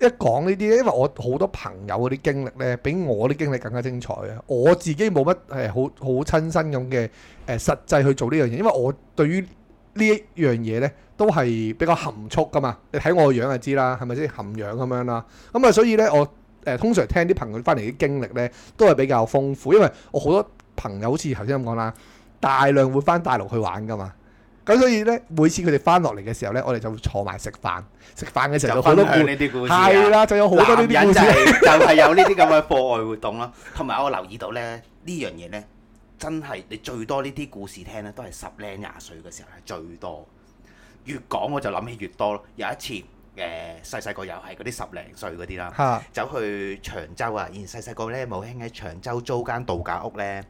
A: 一講呢啲咧，因為我好多朋友嗰啲經歷咧，比我啲經歷更加精彩啊！我自己冇乜誒好好親身咁嘅誒實際去做呢樣嘢，因為我對於呢一樣嘢咧都係比較含蓄噶嘛。你睇我個樣就知啦，係咪先含樣咁樣啦？咁啊，所以咧我誒、通常聽啲朋友翻嚟啲經歷咧都係比較豐富，因為我好多朋友好似頭先咁講啦，大量會翻大陸去玩噶嘛。咁所以咧，每次佢哋翻落嚟嘅時候咧，我哋就會坐埋食飯，食飯嘅時候就好
B: 就分
A: 多
B: 享
A: 故
B: 呢啲故事啊
A: 係啦，就有好多呢啲
B: 男
A: 故事
B: 人就。係就係有呢啲咁嘅課外活動咯。同埋我留意到咧，呢樣嘢咧真係你最多呢啲故事聽咧，都係十零廿歲嘅時候係最多。越講我就諗起越多咯。有一次誒細細個又係嗰啲十零歲嗰啲啦，
A: 嚇
B: 走去長洲啊！以前細細個咧冇興喺長洲租間度假屋咧，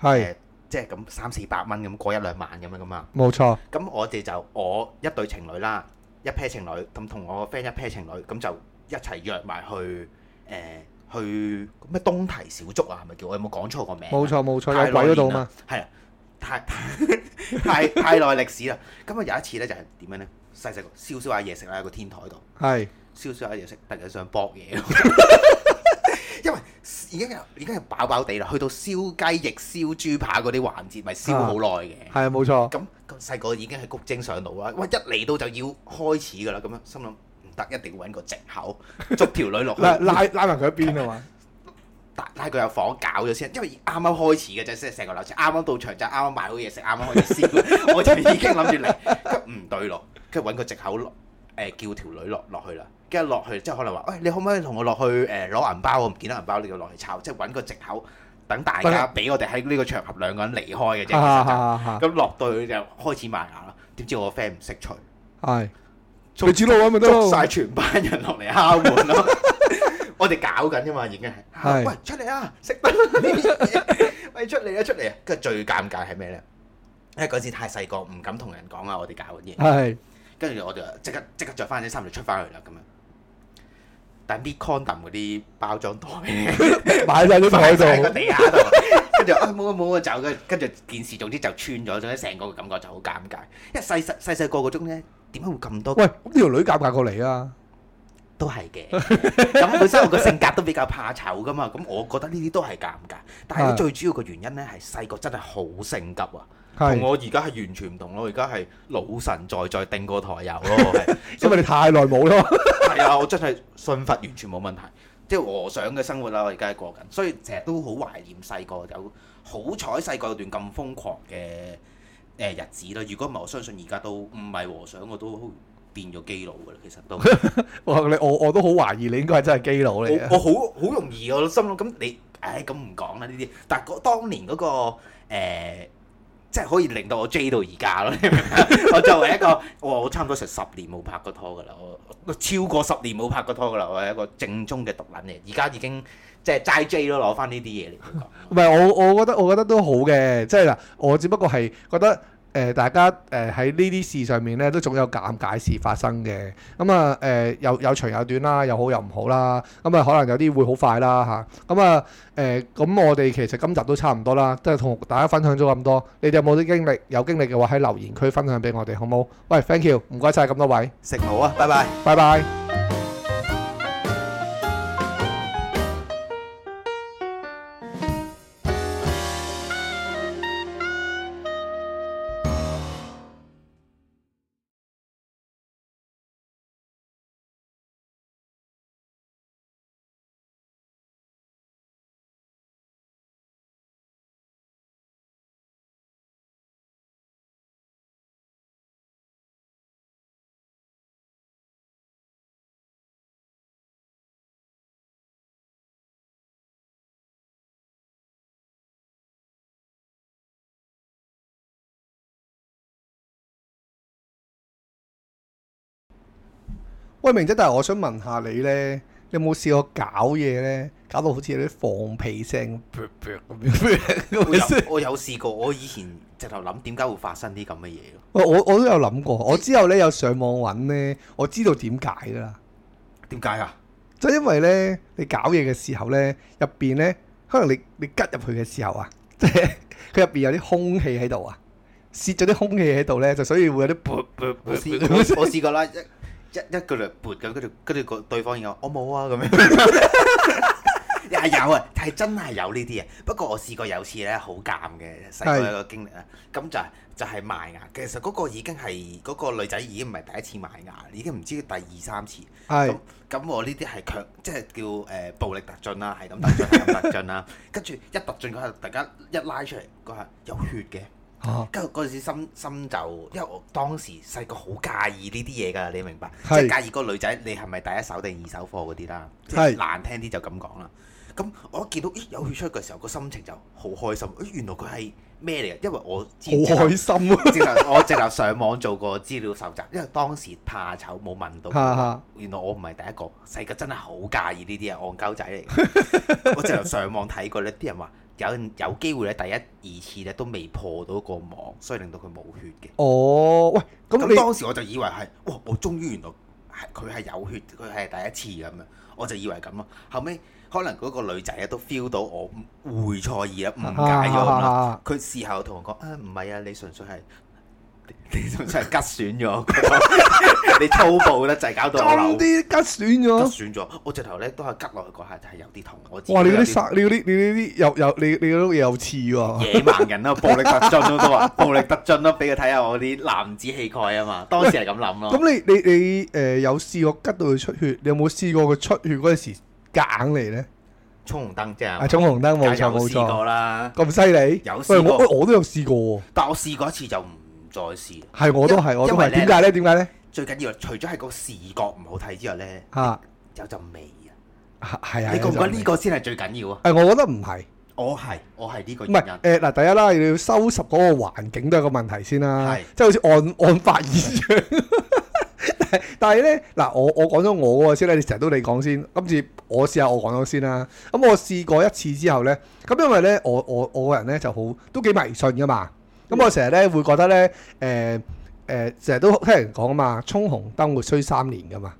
A: 係
B: 誒即係咁三四百蚊咁過一兩晚咁樣噶嘛。
A: 冇錯，
B: 咁我哋就我一對情侶啦，一 pair 情侶，咁同我個 friend 一 pair 情侶，咁就一齊約埋去誒、呃去咩東堤小築啊，係咪叫？我有冇講錯個名啊？
A: 冇錯，冇錯，
B: 太
A: 有鬼嗰度嘛。
B: 耐年啦，係啊，太 <laughs> 太太耐歷史啦。咁啊有一次咧就係點樣咧？細細個燒燒下嘢食啦，喺個天台度
A: 係
B: 燒燒下嘢食，突然間想搏嘢， <laughs> 因為已經有已經係飽飽地啦，去到燒雞翼、燒豬扒嗰啲環節，咪
A: 啊
B: 燒好耐嘅。
A: 係冇
B: <laughs>
A: 錯，
B: 咁咁細個已經係谷精上腦啊啦，喂一嚟到就要開始噶啦，咁樣心諗唔得，一定要揾個藉口捉條女落去，
A: 拉拉拉埋佢一邊啊
B: <laughs>
A: 嘛。
B: 拉拉佢入房搞咗先，因為啱啱開始嘅啫，即係成個流程啱啱到場就啱啱買好嘢食，啱啱開始燒， <laughs> 我就已經諗住嚟，佢唔對路，跟住揾個藉口落誒、叫條女落落去啦，跟住落去之後可能話，喂你可唔可以同我落去誒攞、銀包？我唔見到銀包，你要落去抄，即係揾個藉口等大家俾我哋喺呢個場合兩個人離開嘅啫其
A: 哈哈
B: 實就。
A: 哈哈！
B: 咁落到去就開始埋牙啦。點知我個 friend 唔識除，
A: 係你指路揾咪得
B: 捉晒
A: 咯。
B: 全班人落嚟敲
A: <laughs>
B: 門咯。我哋搞緊啫嘛，已經係
A: 係
B: 喂出嚟啊，識得啦
A: <laughs>
B: 喂出嚟啊，出嚟啊！跟住最尷尬係咩咧？因為嗰時太細個，唔敢同人講啊，我哋搞緊嘢。 <laughs>
A: 係
B: 跟住我就即刻即刻著翻啲衫就出翻去啦，咁樣。但係啲 condom 嗰啲包裝袋呢
A: 擺晒咗
B: 擺
A: 喺
B: 晒喺個
A: 度。
B: 地下度， <laughs> 跟住啊冇啊冇啊走，跟跟住件事總之就穿咗，總之成個感覺就好尷尬。因為細細細細個嗰種咧，點解會咁多
A: 喂，咁條女夾唔夾過嚟啊？
B: 都係嘅？ <laughs> 咁本身我個性格都比較怕醜噶嘛，咁我覺得呢啲都係尷尬。但係
A: 係
B: 最主要個原因咧係細個真係好性急啊，
A: 係
B: 同我而家係完全唔同咯。我而家係老神在在定過台油咯，我係
A: 因為你太耐冇咯。 <laughs>
B: 係啊，我真係信佛完全冇問題，即係和尚嘅生活啦。我而家係過緊，所以成日都好懷念細個有好彩細個有段咁瘋狂嘅誒日子啦。如果唔係，我相信而家都唔係和尚，我都變咗基佬噶啦。其實都。
A: 哇你我我都好懷疑你應該係真係基佬嚟
B: 我
A: 嘅。
B: 我好好容易，我心諗咁你，唉咁唔講啦呢啲。但係嗰當年嗰、個、呃、即係可以令到我 J 到而家咯。你明唔 <laughs> 明啊我作為一個，我我差唔多成十年冇拍過拖噶啦，我我超過十年冇拍過拖噶啦，我係一個正宗嘅毒撚嚟。而家已經即係齋 J 咯，攞翻呢啲嘢嚟講。
A: 唔係我我覺得我覺得都好嘅，即係嗱，我只不過係覺得。誒、大家誒喺呢啲事上面咧，都總有尷尬事發生嘅。咁啊誒，有有長有短啦，有好有唔好啦。咁啊，可能有啲會好快啦吓，咁啊誒，咁、我哋其實今集都差唔多啦，都係同大家分享咗咁多。你哋有冇啲經歷？有經歷嘅話喺留言區分享俾我哋，好冇？喂，thank you，唔該晒咁多位，
B: 食我啊，拜拜。
A: 拜拜。喂，明姐，但係我想問下你咧，你有冇試過搞嘢咧？搞到好似有啲放屁聲咁
B: 我 <laughs> 有
A: 樣。
B: 我有試過，我以前直頭諗點解會發生啲咁嘅嘢咯。
A: 喂， <laughs> 我我都有諗過，我之後咧有上網揾咧，我知道點解㗎啦。
B: 點解啊？
A: 就因為咧，你搞嘢嘅時候咧，入邊咧，可能你你吉入去嘅時候啊， <laughs> 即係佢入邊有啲空氣喺度啊，泄咗啲空氣喺度咧，就所以會有啲噗噗
B: 我試 <laughs>
A: 噗
B: 我
A: 噗
B: 我試過啦，一一一個嚟撥咁，跟住跟住個對方又話我冇啊咁樣。又 <laughs> 係有啊，係真係有呢啲嘢。啊不過我試過有次咧，好尷嘅細個
A: 係
B: 有個經歷啊。咁就係就係埋牙，其實嗰個已經係嗰、個女仔已經唔係第一次埋牙，已經唔知第二三次。
A: 係
B: 咁咁我呢啲係強，即係叫誒、呃暴力突進啦，係咁突進，係咁突進啦。跟住一突進嗰下，大家一拉出嚟嗰下有血嘅。
A: 嚇
B: 跟住嗰陣時心心就，因為我當時細個好介意呢啲嘢㗎，你明白？即
A: 係
B: 係介意個女仔你係咪第一手定二手貨嗰啲啦，即
A: 係
B: 係難聽啲就咁講啦。咁我一見到咦有血出嘅時候，個心情就好開心。咦原來佢係咩嚟嘅？因為我知
A: 好開心 <laughs> 啊！
B: 直頭我直頭上網做過資料搜集，因為當時怕醜冇問到。
A: 嚇嚇
B: 原來我唔係第一個，細個真係好介意呢啲嘢，啊戇鳩仔嚟
A: <laughs>
B: 嘅。我直頭上網睇過咧，啲人話有有機會咧，第一二次咧都未破到個網，所以令到佢冇血嘅。
A: 哦，喂，咁
B: 咁
A: 你
B: 當時我就以為係，哇！我終於原來係佢係有血，佢係第一次咁樣，我就以為咁咯。後尾可能嗰個女仔咧都 feel 到我會錯意啦，誤解咗咁啦。
A: 啦。
B: 佢事後同我講：啊，唔係啊，你純粹係。 <laughs> 你你純粹係吉損咗， <laughs> 你粗暴得滯，搞到我
A: 咁啲
B: 流
A: 吉選
B: 吉
A: 咗，
B: 損咗，我直頭咧都係吉落去嗰下就係有啲痛，我自己
A: 哇！你嗰
B: 有
A: 啲殺，你嗰啲，你嗰啲又又你你嗰啲嘢又似喎，
B: 野蠻人啦，暴力特進咯都話， <laughs> 暴力特進咯，俾佢睇下我啲男子氣概啊嘛，當時係咁諗咯。
A: 咁你你你誒有試過吉到佢出血，你有冇試過佢出血嗰陣時夾硬嚟咧？
B: 衝紅燈啫，
A: 啊，衝紅燈冇錯
B: 有
A: 冇
B: 試
A: 錯
B: 過，啦，
A: 咁犀利？
B: 有
A: 喂，
B: 試過
A: 我我我都有試過喎。
B: 但我試過一次就唔再試。
A: 係我都係，我都係。
B: 因為呢
A: 點解咧？點解咧？
B: 最緊要除咗係個視覺唔好睇之外咧，
A: 嚇
B: 有陣味啊！
A: 係啊！
B: 你覺唔覺得呢
A: 個？
B: 個先係最緊要啊？
A: 誒，我覺得唔係，
B: 我係我係呢個
A: 唔
B: 原
A: 係誒
B: 因。
A: 嗱。第一啦，你要收拾嗰個環境都係個問題先啦
B: 係，
A: 即係好似 <laughs> 案案發現場。但係但係咧嗱，我我講咗我嗰個先咧，你成日都你講先，今次我試下我講咗先啦。咁我試過一次之後咧，咁因為咧我我我個人咧就好都幾迷信噶嘛，咁
B: 嗯
A: 我成日咧會覺得咧誒誒成日都聽人講啊嘛，衝紅燈會衰三年噶嘛，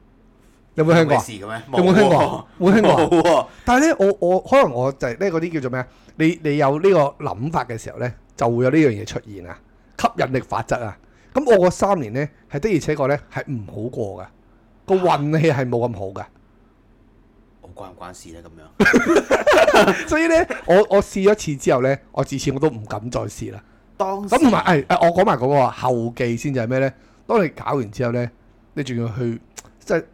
A: 你有冇聽過啊？
B: 事嘅咩？
A: 有冇聽過啊冇聽過啊
B: 冇喎。
A: 但係咧，我我可能我就係咧嗰啲叫做咩啊？你你有呢個諗法嘅時候咧，就會有呢樣嘢出現啊，吸引力法則啊。咁我嗰三年咧係的而且確咧係唔好過噶，個運氣係冇咁 <laughs> 好噶。
B: 我關唔關事咧？咁
A: <laughs>
B: 樣。
A: 所以咧，我我試咗一次之後咧，我自此我都唔敢再試啦。
B: 當時
A: 咁同埋誒誒，我講埋嗰個啊後記先就係咩咧？當你搞完之後咧，你仲要去即係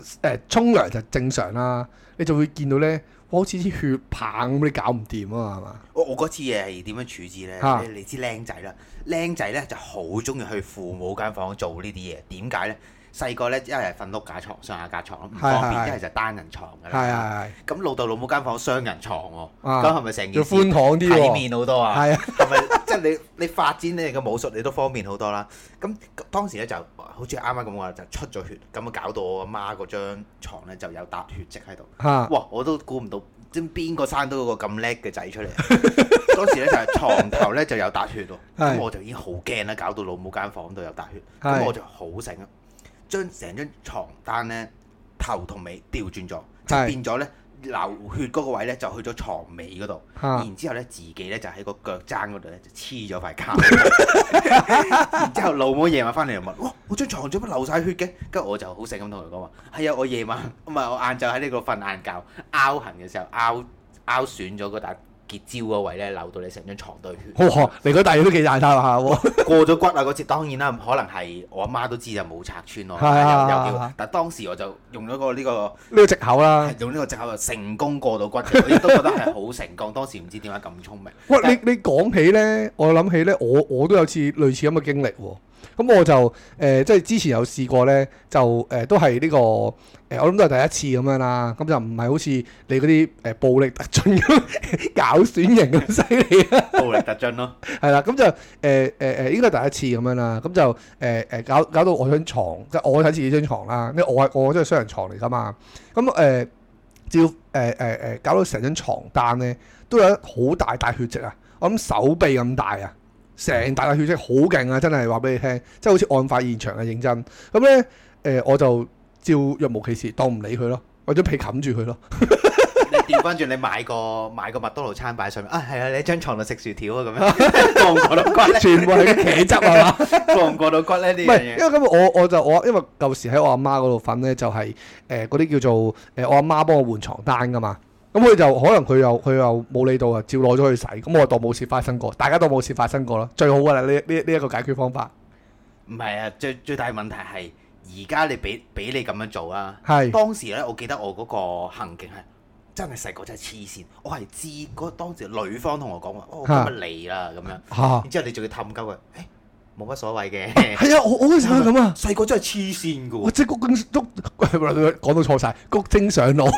A: 誒沖涼就正常啦，你就會見到咧，哇好似啲血棒咁，你搞唔掂啊嘛，
B: 我我嗰次嘢係點樣處置咧？
A: 嚇
B: 你你知僆仔啦，僆仔咧就好中意去父母間房做呢啲嘢。點解咧？細個咧一係瞓碌架床，上下架床唔方
A: 係係
B: 便，
A: 係
B: 一係就單人床㗎
A: 係啊嘛？係
B: 啦。
A: 係
B: 咁老豆老母間房雙人床喎，
A: 啊
B: 咁係咪成
A: 要
B: 件事
A: 寬敞啲
B: 體
A: 喎，
B: 面好多啊？
A: 係啊，
B: 係咪即係你你發展你哋嘅武術，你都方便好多啦。咁當時咧就好似啱啱咁話，就出咗血，咁啊搞到我阿媽嗰張床咧就有笪血跡喺度。
A: 嚇
B: 哇！我都估唔到，知唔知邊個生到嗰個咁叻嘅仔出
A: <laughs>
B: 嚟？當時咧就係床頭咧就有笪血喎，
A: 係
B: 咁我就已經好驚啦，搞到老母間房度有笪血，
A: 係
B: 咁我就好醒啦，將成張床單咧頭同尾調轉咗，即係
A: 係
B: 變咗咧流血嗰個位咧就去咗床尾嗰度。
A: 嚇
B: 然之後咧，自己咧就喺個腳踭嗰度咧就黐咗塊膠。然之後老母夜晚翻嚟就問：哇，我張床做乜流晒血嘅？跟住我就好醒咁同佢講話：係啊，我夜晚 <laughs> 唔係我晏晝喺呢個瞓晏覺，拗痕嘅時候拗拗損咗嗰笪結焦嗰位咧，流到你成張床都係血。
A: 哇！你嗰大嘢都幾大下下喎，
B: 過咗骨啊！嗰次當然啦，可能係我阿媽都知就冇拆穿我，
A: <laughs> 係嗯啊
B: 有有叫。但當時我就用咗個呢個
A: 呢個藉口啦。
B: 用呢個藉口就成功過到骨嘅，我亦都覺得係好成功。當時唔知點解咁聰明。
A: 喂，你你講起咧，我諗起咧，我我都有次類似咁嘅經歷喎。咁我就誒、呃即係之前有試過咧，就誒、呃都係呢、個誒、呃我諗都係第一次咁樣啦。咁就唔係好似你嗰啲誒暴力特進咁 <laughs> 搞選型咁犀利啦，
B: 暴力特進咯。
A: 係啦。咁就誒誒誒，應該係第一次咁樣啦。咁就誒誒、呃搞搞到我張床，即係我喺自己張床啦。因為我係我張係雙人床嚟噶嘛。咁誒照誒誒誒，搞到成張床單咧，都有好大大血跡啊！我諗手臂咁大啊，成大大血跡好勁啊！真係話俾你聽，即係好似案發現場嘅認真。咁咧誒，我就照若無其事，當唔理佢咯，或者被冚住佢咯。
B: 你調翻轉，你買個買個麥當勞餐擺上面啊，係啊，你喺張床度食薯條啊，咁樣 <laughs> 放唔過到骨咧，
A: 全部係啲茄汁係啊嘛？
B: 放唔過到骨咧呢
A: 唔
B: 樣
A: 係，因
B: 嘢。
A: 為咁我我就我因為舊時喺我阿媽嗰度瞓咧，就係誒嗰啲叫做誒、呃我阿媽幫我換床單噶嘛。咁佢就可能佢又佢又冇理到啊，照攞咗去洗。咁我當冇事發生過，大家當冇事發生過啦，最好噶啦呢呢呢一個解決方法
B: 唔係啊，最最大問題係而家你俾俾你咁樣做啊。
A: 係
B: 當時咧，我記得我嗰個行徑係真係細個真係黐線，我係知嗰當時女方同我講話，哦，
A: 嚇
B: 今日嚟啦咁樣，
A: 嚇。啊
B: 然之後你仲要氹鳩佢，誒冇乜所謂嘅， <laughs>
A: 係啊，我我嗰時係咁啊，
B: 細個真係黐線嘅喎
A: 我。即係谷精谷 <laughs> 講到錯晒，谷精上腦。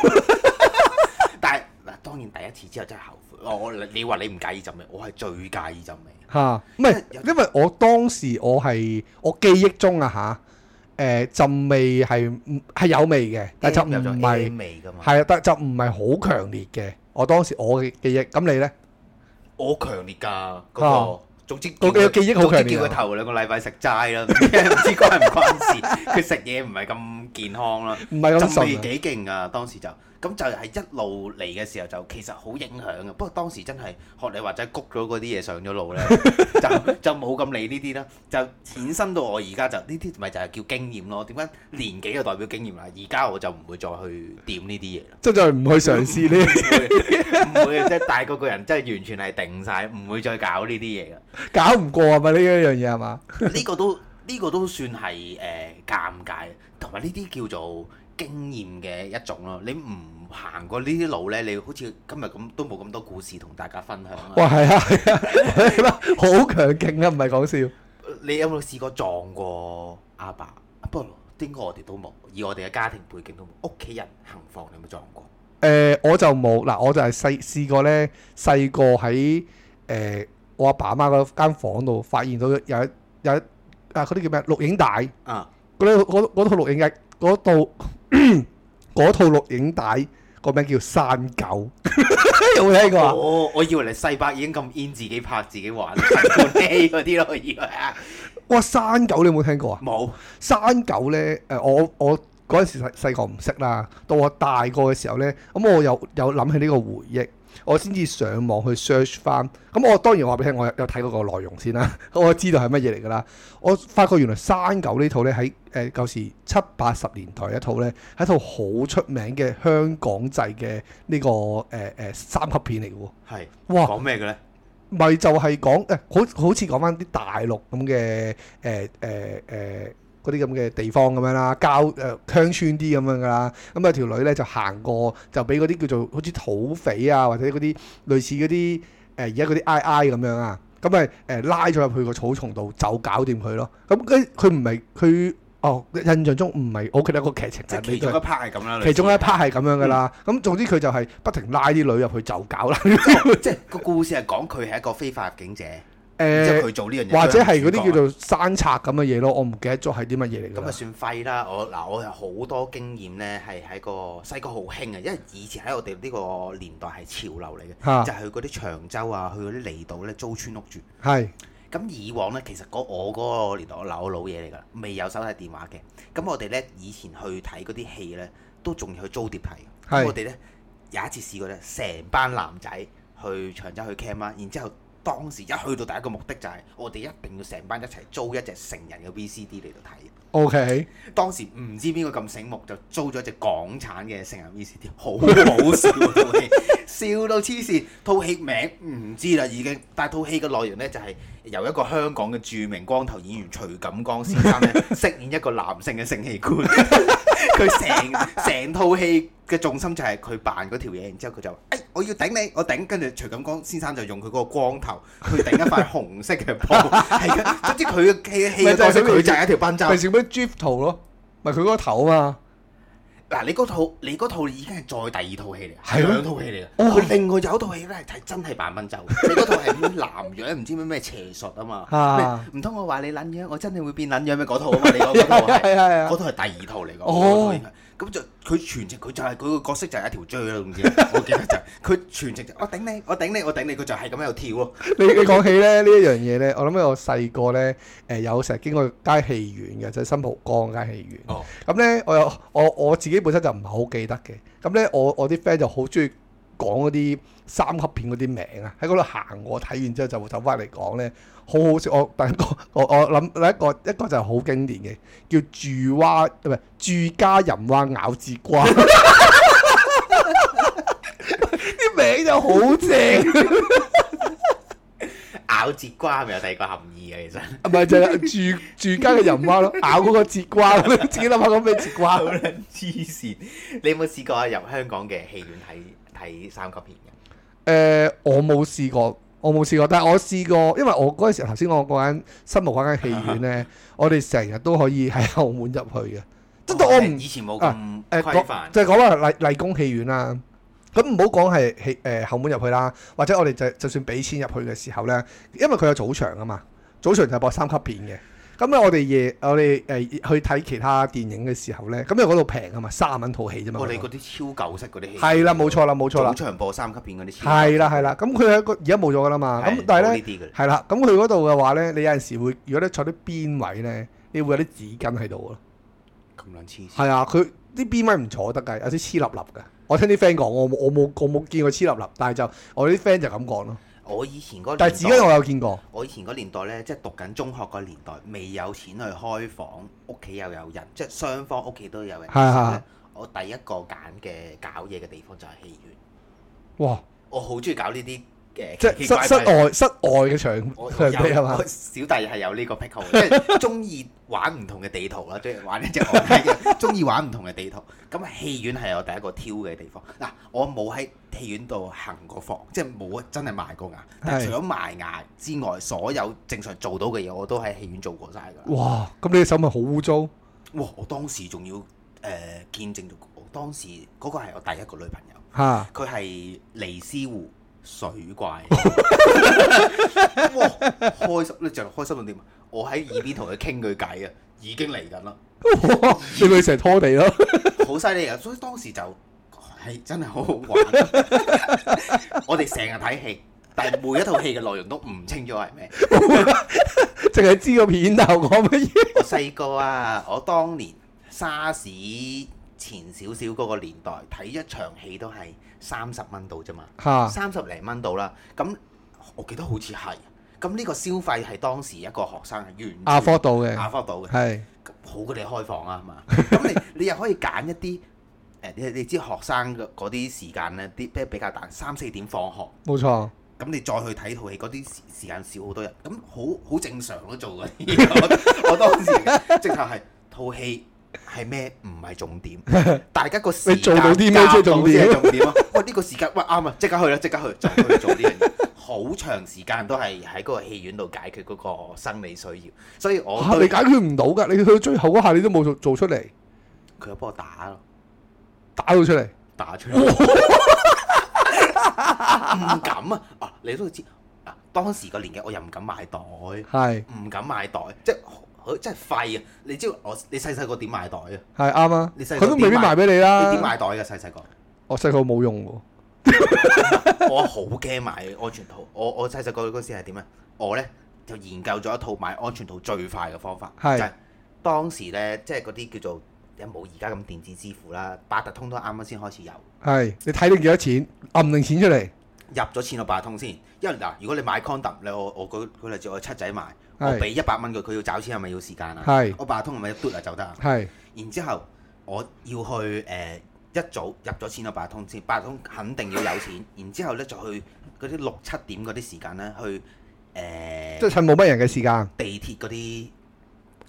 B: 但係嗱，當然第一次之後真係後悔。我我你話你唔介意浸味，我係最介意浸味。
A: 嚇，唔係
B: 因為有
A: 因為我當時我係我記憶中啊嚇，誒、浸味係唔係有味嘅，但就唔
B: 嗯有咗
A: 係
B: A 味㗎嘛。
A: 係啊，但就唔係好強烈嘅。我當時我嘅記憶，咁你咧？
B: 我強烈㗎嗰、
A: 啊
B: 個。總之
A: 我嘅記憶好強烈啊
B: 總之叫佢頭兩個禮拜食齋啦，唔知 <laughs> 關唔關事。佢食嘢唔係咁健康啦，
A: 唔係咁
B: 浸味
A: 純啊，
B: 幾勁啊！當時就咁就係一路嚟嘅時候就其實好影響嘅。不過當時真係學你話齋谷咗嗰啲嘢上咗
A: <laughs>
B: 腦咧，就就冇咁理呢啲啦，就衍生到我而家就呢啲咪就係叫經驗咯。點解年紀就代表經驗啦？而家我就唔會再去掂呢啲嘢啦。
A: 即係就唔去嘗試呢。
B: 唔會啊！即係大個個人真係完全係定晒，唔會再搞呢啲嘢噶。
A: 搞唔過啊嘛？呢一樣嘢係嘛？
B: 呢個都呢、個都算係誒、呃、尷尬，同埋呢啲叫做經驗嘅一種咯。你唔行過呢啲路呢，你好似今日咁都冇咁多故事同大家分享啊。
A: 哇，係啊，係啊，係啊好強勁啊！唔係講笑。
B: 你有冇試過撞過阿爸？不過應該我哋都冇，以我哋嘅家庭背景都冇，屋企人行房你有冇撞過？
A: 誒、我就冇嗱，我就係細試過咧，細個喺誒我阿爸阿媽嗰間房度發現到有一有一啊嗰啲叫咩錄影帶，
B: 啊，
A: 嗰啲嗰嗰套錄影帶嗰套 <coughs> 嗰套錄影帶個名叫山狗， <laughs> 有冇聽過啊？
B: 我我以為你細伯已經咁 in 自己拍自己玩， <laughs> 神官戲嗰啲咯，我以為啊
A: 哇！山狗你有冇聽過啊？
B: 冇。
A: 山狗咧，誒、我我嗰陣時細細個唔識啦，到我大個嘅時候咧，咁我有有諗起呢個回憶，我先至上網去 search 翻。咁我當然話俾你聽，我有有睇嗰個內容先啦， <laughs> 我知道係乜嘢嚟㗎啦。我發覺原來山狗呢套咧喺誒舊時七八十年代一套咧，係一套好出名嘅香港製嘅呢、個誒誒、三級片嚟嘅喎。
B: 係
A: 哇！
B: 講咩嘅咧？
A: 咪就係講誒，好好似講翻啲大陸咁嘅誒誒誒嗰啲咁嘅地方咁樣啦，郊誒、呃鄉村啲咁樣噶啦，咁啊條女咧就行過，就俾嗰啲叫做好似土匪啊，或者嗰啲類似嗰啲誒而家嗰啲 I I 咁樣啊，咁咪誒拉咗入去個草叢度就搞掂佢咯。咁佢佢唔係佢哦，印象中唔係我記得個劇情
B: 即
A: 啊
B: 係其中一 part 嗯係咁啦。
A: 其中一
B: 類似
A: part 係咁樣噶啦，咁、總之佢就係不停拉啲女入去就搞啦。
B: <laughs> 嗯
A: <laughs>
B: 即係個故事係講佢係一個非法入境者，
A: 誒
B: 然之後佢啊做呢樣嘢，
A: 或者係嗰啲叫
B: 做
A: 做山賊咁嘅嘢咯，我唔記得咗係啲乜嘢嚟㗎
B: 咁啊
A: 啦。
B: 算廢啦。我嗱我有好多經驗咧，係喺個西哥好興啊，因為以前喺我哋呢個年代係潮流嚟嘅，
A: 嚇
B: 就係去嗰啲長洲啊，去嗰啲離島咧租村屋住。
A: 係
B: 咁以往呢，其實嗰我嗰個年代，我嗱我老嘢嚟㗎，未有手提電話嘅。咁我哋呢，以前去睇嗰啲戲呢，都仲要去租碟睇。
A: 係
B: 咁我哋呢，有一次試過呢，成班男仔去長洲去 camp 啦，然之後當時一去到第一個目的就係我哋一定要成班一齊租一隻成人嘅 VCD 嚟到睇。
A: OK
B: 當時唔知邊個咁醒目，就租咗隻港產嘅成人 VCD，好好笑啊套戲，笑到黐線。套戲名唔知啦已經，但係套戲嘅內容呢，就係、由一個香港嘅著名光頭演員徐錦江先生 <laughs> 咧飾演一個男性嘅性器官。佢成成套戲嘅重心就係佢扮嗰條嘢，然之後佢就話：，誒、我要頂你，我頂。跟住徐錦江先生就用佢嗰個光頭去頂一塊紅色嘅 <laughs> 布，係啊，總之佢嘅戲戲嘅角色佢就係一條賓州
A: 咪。成咩 GIF 圖咯，咪佢嗰個頭啊嘛。
B: 嗱，你嗰套你嗰套已經係再第二套戲嚟，
A: 係
B: 係
A: 咩
B: 兩套戲嚟
A: 哦
B: 嘅。佢另外有一套戲咧係睇真係
A: <laughs>
B: 扮賓州，你嗰套係咩南洋唔知咩咩邪術啊嘛
A: 啊，
B: 咩唔通我話你撚樣，我真係會變撚樣咩嗰套啊嘛？你嗰
A: <laughs>
B: 嗰套 <laughs> 係
A: 係係啊
B: 嗰套係第二套嚟嘅。
A: 哦
B: 嗰套應該咁就佢全程佢就係佢個角色就係一條追啦，總
A: <laughs>
B: 之我記得就係佢全程就我頂你，我頂你，我頂你，佢就係咁喺度跳咯。
A: 你你講起咧呢一樣嘢咧，我諗起我細個咧誒有成日經過間戲院嘅，就係新蒲崗間戲院。
B: 哦，
A: 咁咧，我有我我自己本身就唔係好記得嘅。咁咧，我我啲 friend 就好中意講嗰啲三級片嗰啲名啊，喺嗰度行過睇完之後就會走翻嚟講咧，好好笑。我第一個我我諗第一個一個就係好經典嘅，叫住蛙唔係住家淫蛙咬節瓜。啲名就好正，
B: 咬節瓜係咪有第二個含義
A: <laughs>
B: 嘅其實？
A: 唔係就係住住家嘅淫蛙咯，咬嗰個節瓜，你自己諗下講咩節瓜
B: 好？撚黐線！你有冇試過入香港嘅戲院睇睇三級片
A: 誒、
B: 嘅？
A: 呃我冇試過，我冇試過，但係我試過，因為我嗰陣時頭先我嗰間新蒲嗰間戲院
B: 啊
A: 咧，我哋成日都可以喺後門入去嘅，即係我唔
B: 以前冇
A: 啊
B: 咁
A: 誒
B: 哦規範
A: 講，就係講話麗麗宮戲院啦。咁唔好講係戲誒後門入去啦，或者我哋就就算俾錢入去嘅時候咧，因為佢有早場啊嘛，早場就係播三級片嘅。咁咧我哋夜我哋誒、去睇其他電影嘅時候咧，咁因為嗰度平啊嘛，三蚊套戲啫嘛。
B: 我哋哦嗰啲超舊式嗰啲戲，
A: 係啦，冇錯啦，冇錯啦
B: 早。場播三級片嗰啲超舊式，
A: 係啦係啦，咁佢係一個而家冇咗噶啦嘛，
B: 係
A: 咁但係
B: 冇
A: 咧
B: 呢啲嘅啦
A: 係啦，咁佢嗰度嘅話咧，你有陣時會，如果你坐啲邊位咧，你會有啲紙巾喺度咯。
B: 咁撚黐線。
A: 係啊，佢啲邊位唔坐得㗎，有啲黐立立㗎。我聽啲 friend 講，我冇我冇我冇見過黐立立，但係就我啲 friend 就咁講咯。
B: 我以前嗰
A: 但係紙
B: 年
A: 巾
B: 代，
A: 我有見過，
B: 我以前嗰年代咧，即係讀緊中學嗰年代，未有錢去開房，屋企又有人，即係雙方屋企都有人。
A: 係係係。
B: 我第一個揀嘅搞嘢嘅地方就係戲院，
A: 哇！
B: 我好中意搞呢啲嘅
A: 即
B: 奇
A: 係
B: 奇
A: 室
B: 怪
A: 室
B: 怪嘅
A: 外室外嘅場 <laughs>
B: 我
A: 場
B: 有 <laughs>
A: 地係嘛
B: 我？小弟係有呢個癖好，即係中意玩唔同嘅地圖啦，即係玩一隻我嘅，中意玩唔同嘅地圖。咁啊，戲院係我第一個挑嘅地方。嗱，我冇喺戲院度行過房，即係冇真係埋過牙。但係除咗埋牙之外，所有正常做到嘅嘢，我都喺戲院做過晒㗎啦。
A: 哇！咁你嘅手咪好污糟？
B: 哇！我當時仲要誒、呃、見證到，我當時嗰、個係我第一個女朋友。 <laughs>
A: 嚇！
B: 佢係尼斯湖水怪，哇！開心你就開心到點啊？我喺耳邊同佢傾佢偈啊，已經嚟緊啦，
A: 哇你咪成日拖地咯？
B: 好犀利啊！所以當時就係真係好好玩。 <laughs> 我哋成日睇戲，但係每一套戲嘅內容都唔清楚係咩。
A: 淨係知個片頭講乜嘢？
B: 我細個啊，我當年沙士前少少嗰個年代睇一場戲都係三十蚊到啫嘛。
A: 嚇！
B: 三十零蚊到啦。咁我記得好似係，咁呢個消費係當時一個學生係完
A: 阿科度嘅
B: 亞科到嘅，
A: 係
B: 咁好過你開房啊係嘛。 <laughs> 咁你你又可以揀一啲誒，你你知學生嘅嗰啲時間咧，啲比比較大，三四點放學，
A: 冇錯。
B: 咁你再去睇套戲，嗰啲時時間少好多人，咁好好正常咯，做嗰啲 <laughs> 嘢。我我當時直頭係套戲係咩唔係重
A: <laughs>
B: 點，大家個時間
A: 你做到啲咩先係重點
B: 夾到先係重點啊！喂，呢、個時間喂啱啊，即刻去啦，即刻去，就去做
A: <laughs>
B: 呢樣嘢。好長時間都係喺嗰個戲院度解決嗰個生理需要，所以我
A: 嚇你
B: 對
A: 解決唔到㗎，你去到最後嗰下你都冇做做出嚟，
B: 佢有幫我打咯，
A: 打到出嚟，
B: 打
A: 哦
B: <laughs> 出嚟。唔敢啊！啊，你都知啊，當時個年紀我又唔敢買袋。
A: 係
B: 唔敢買袋，即係好真係廢啊！你知道我你細細個點買袋啊？
A: 係啱啊，
B: 你細
A: 佢
B: 個
A: 都未必
B: 點買
A: 賣俾你
B: 你點
A: 啦。
B: 買袋嘅細
A: <laughs>
B: 細個？
A: 我細個冇用喎，
B: 我好驚買安全套。我我細細個嗰時係點咧？啊我咧就研究咗一套買安全套最快嘅方法，就
A: 係
B: 係當時咧即係嗰啲叫做有冇而家咁電子支付啦，八達通都啱啱先開始有。
A: 係你睇你幾多錢，揞定錢出嚟，
B: 入咗錢落八達通先，因為嗱，如果你買 condom，你我我舉舉例子，我七仔買，
A: 係
B: 我俾一百蚊佢，佢要找錢係咪要時間啊？
A: 係
B: 我八達通係咪一嘟啊就得啊？
A: 係
B: 然之後我要去誒、呃一早入咗錢去八達通先，八達通肯定要有錢。然之後咧就去嗰啲六七點嗰啲時間咧去誒、呃
A: 即係趁冇乜人嘅時間，
B: 地鐵嗰啲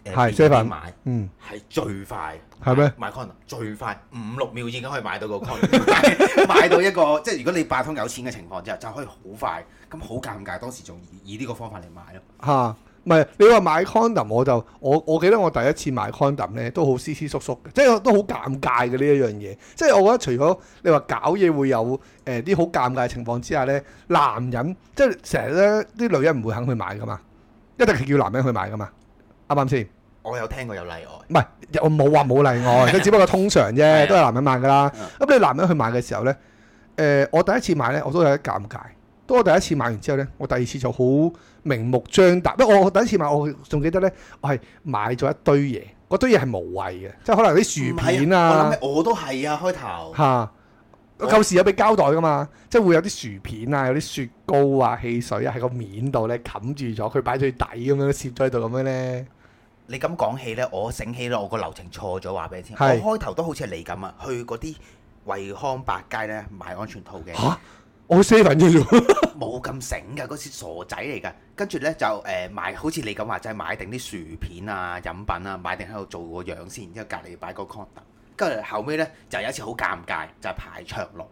B: 呃
A: 係
B: 便利店
A: seven
B: 買
A: 嗯
B: 係最快
A: 係咩？
B: 買 condom 最快五六秒已經可以買到個 <laughs> condom，買買到一個即係如果你八達通有錢嘅情況之下就可以好快。咁好尷尬，當時仲以以呢個方法嚟買咯。
A: 嚇。唔係你話買 condom 我就我我記得我第一次買 condom 咧都好斯斯縮縮嘅，即係都好尷尬嘅呢一樣嘢。即係我覺得除咗你話搞嘢會有誒啲好尷尬嘅情況之下咧，男人即係成日咧啲女人唔會肯去買噶嘛，一定係叫男人去買噶嘛，啱唔啱先？
B: 我有聽過有例外，
A: 唔係，我冇話冇例外，即係只不過通常
B: 啊係
A: 啫，
B: 啊
A: 都係男人買噶啦
B: 嗯。
A: 咁你男人去買嘅時候呢，誒、我第一次買呢，我都有啲尷尬。當我第一次買完之後呢，我第二次就好明目張膽。不過我第一次買，我仲記得呢，我係買咗一堆嘢，嗰堆嘢係無謂嘅，即係可能啲薯片
B: 唔係我諗
A: 啊
B: 起我都係啊，開頭
A: 嚇。
B: 我
A: 舊時有俾膠袋噶嘛，即係會有啲薯片啊，有啲雪糕啊、汽水啊喺個面度呢，冚住咗，佢擺最底咁樣攝咗喺度咁樣呢。
B: 你咁講起呢，我醒起啦，我個流程錯咗，話俾你聽。
A: 係
B: 我開頭都好似係你咁啊，去嗰啲惠康百佳呢買安全套嘅，
A: 吓，我 s e v 啫喎
B: 冇咁醒㗎，嗰時傻仔嚟㗎。跟住呢，就誒、呃、買，好似你咁話，就係買定啲薯片啊、飲品啊，買定喺度做個樣先，然之後隔離擺個 condom。跟住後尾呢，就有一次好尷尬，就係、排長龍。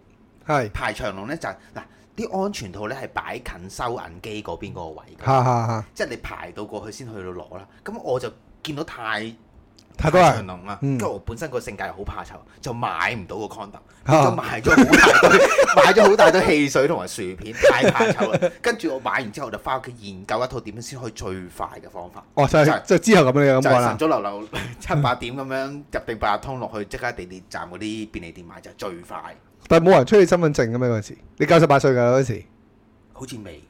A: 係，
B: 排長龍呢，就係嗱啲安全套呢係擺近收銀機嗰邊嗰個位㗎，
A: 哈哈哈，
B: 即係你排到過去先去到攞啦。咁我就見到太
A: 太多人
B: 長。龍啊，
A: 嗯
B: 跟住我本身個性格又好怕醜，就買唔到個 condom，
A: 啊
B: 就買咗好大堆， <laughs> 買咗好大堆汽水同埋薯片，太怕
A: <laughs>
B: 醜啦。跟住我買完之後，我就翻屋企研究一套點樣先可以最快嘅方法，
A: 哦，就
B: 就
A: 係
B: 係
A: 即係之後咁樣咁講
B: 就係晨
A: 啦。
B: 早流流 <laughs> 七八點咁樣入定八達通落去，即刻地鐵站嗰啲便利店買就係最快，
A: 但係冇人出你身份證嘅咩嗰
B: <laughs>
A: 陣時？你九十八歲㗎啦嗰陣時，
B: 好似未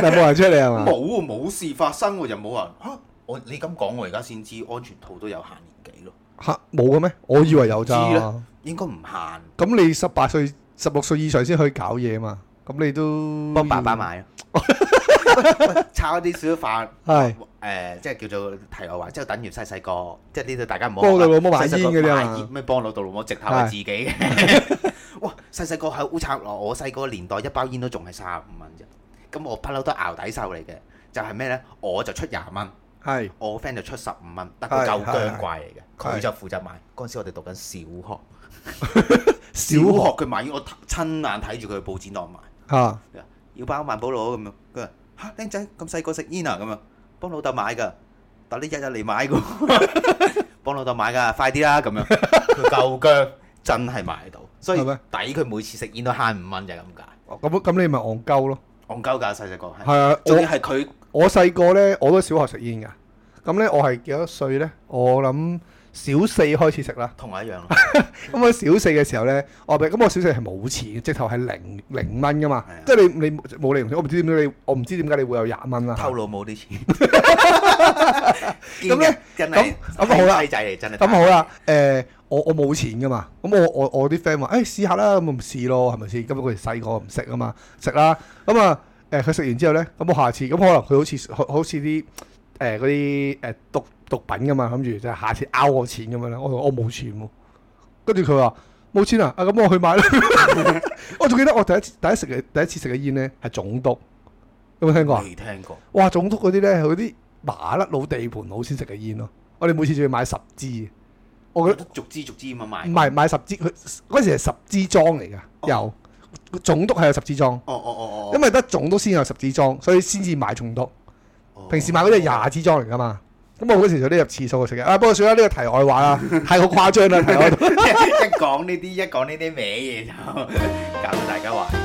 A: 但係冇人出你係
B: 冇
A: 嘛？
B: 喎冇事發生喎，又冇人嚇我你咁講，我而家先知安全套都有限年紀咯，
A: 嚇冇嘅咩？我以為有咋。
B: 知啊啦應該唔限，
A: 咁你十八歲、十六歲以上先可以搞嘢嘛？咁你都
B: 幫爸爸買
A: <laughs>
B: 咯。喂炒一啲小飯。
A: 係
B: 誒、呃即係叫做題外話，即係等於細細個，即係呢度大家唔好
A: 幫
B: 學
A: 老
B: 啦
A: 老母買
B: 細
A: 煙
B: 細個
A: 嗰啲啊
B: 買煙
A: 嘛？
B: 咩幫老豆老母直頭係自己 <laughs> 嘅。哇！細細個喺烏賊落，我細個年代一包煙都仲係三十五蚊啫。咁我不嬲都係熬底瘦嚟嘅，就係咩呢？我就出廿蚊，
A: 係
B: 我個 friend 就出十五蚊，但
A: 係
B: 佢
A: 係
B: 夠僵怪嚟嘅，
A: 係
B: 佢就負責買。嗰陣時我哋讀緊小學，
A: <laughs> 小
B: 小
A: 學
B: 學佢買煙，我親眼睇住佢去報紙檔買。
A: 嚇
B: 要包萬寶路咁樣。佢話嚇僆仔咁細個食煙啊咁樣，幫老豆買㗎，但你日日嚟買㗎喎，幫老豆買㗎，快啲啦咁樣。佢夠姜，真係買到，所以
A: 係咩
B: 抵佢每次食煙都慳五蚊就係咁解。
A: 咁咁你咪戇鳩咯？
B: 戇鳩㗎細細個係，
A: 係啊，
B: 仲
A: 我
B: 要係佢
A: 我細個呢，我都小學食煙㗎。咁呢，我係幾多歲呢？我諗小四開始食啦。
B: 同我一樣咯，
A: 咁我小四嘅時候咧，我咪咁我小四係冇錢嘅，直頭係零零蚊噶嘛
B: 係啊，
A: 即係你你冇零用錢，我唔知點解你我唔知點解你會有廿蚊啦。
B: 偷老母啲錢。
A: 咁呢
B: 真係
A: 咁咁好啦
B: 閪仔嚟真係。
A: 咁好啦，誒、我我冇錢噶嘛，咁我我我啲 friend 話，誒、哎試下啦，咁咪試咯，係咪先？咁佢哋細個唔食啊嘛，食啦，咁啊誒佢食完之後咧，咁我下次咁可能佢好似好好似啲誒嗰啲誒毒毒品噶嘛，諗住就下次拗我錢咁樣啦，我話我冇錢喎，跟住佢話冇錢啊，啊咁我去買啦。 <laughs> 我仲記得我第一次第一食嘅第一次食嘅煙咧係總督，有冇聽過啊？
B: 未聽過，
A: 哇！總督嗰啲咧係嗰啲麻甩佬地盤佬先食嘅煙咯。我哋每次仲要買十支，我
B: 我
A: 覺
B: 都逐支逐支咁樣
A: 得
B: 買。
A: 唔係買十支，佢嗰時係十支裝嚟
B: 哦
A: 㗎，有總督係有十支裝，
B: 哦哦哦哦，
A: 因為得總督先有十支裝，所以先至買總督。
B: 哦
A: 平時買嗰啲係廿支裝嚟㗎嘛。咁我嗰時就匿入廁所去食嘅。啊，不過算啦，呢個題外
B: <laughs>
A: 話啦，係好誇張啦，題外話。
B: 一講呢啲，一講呢啲歪嘢就搞到大家話。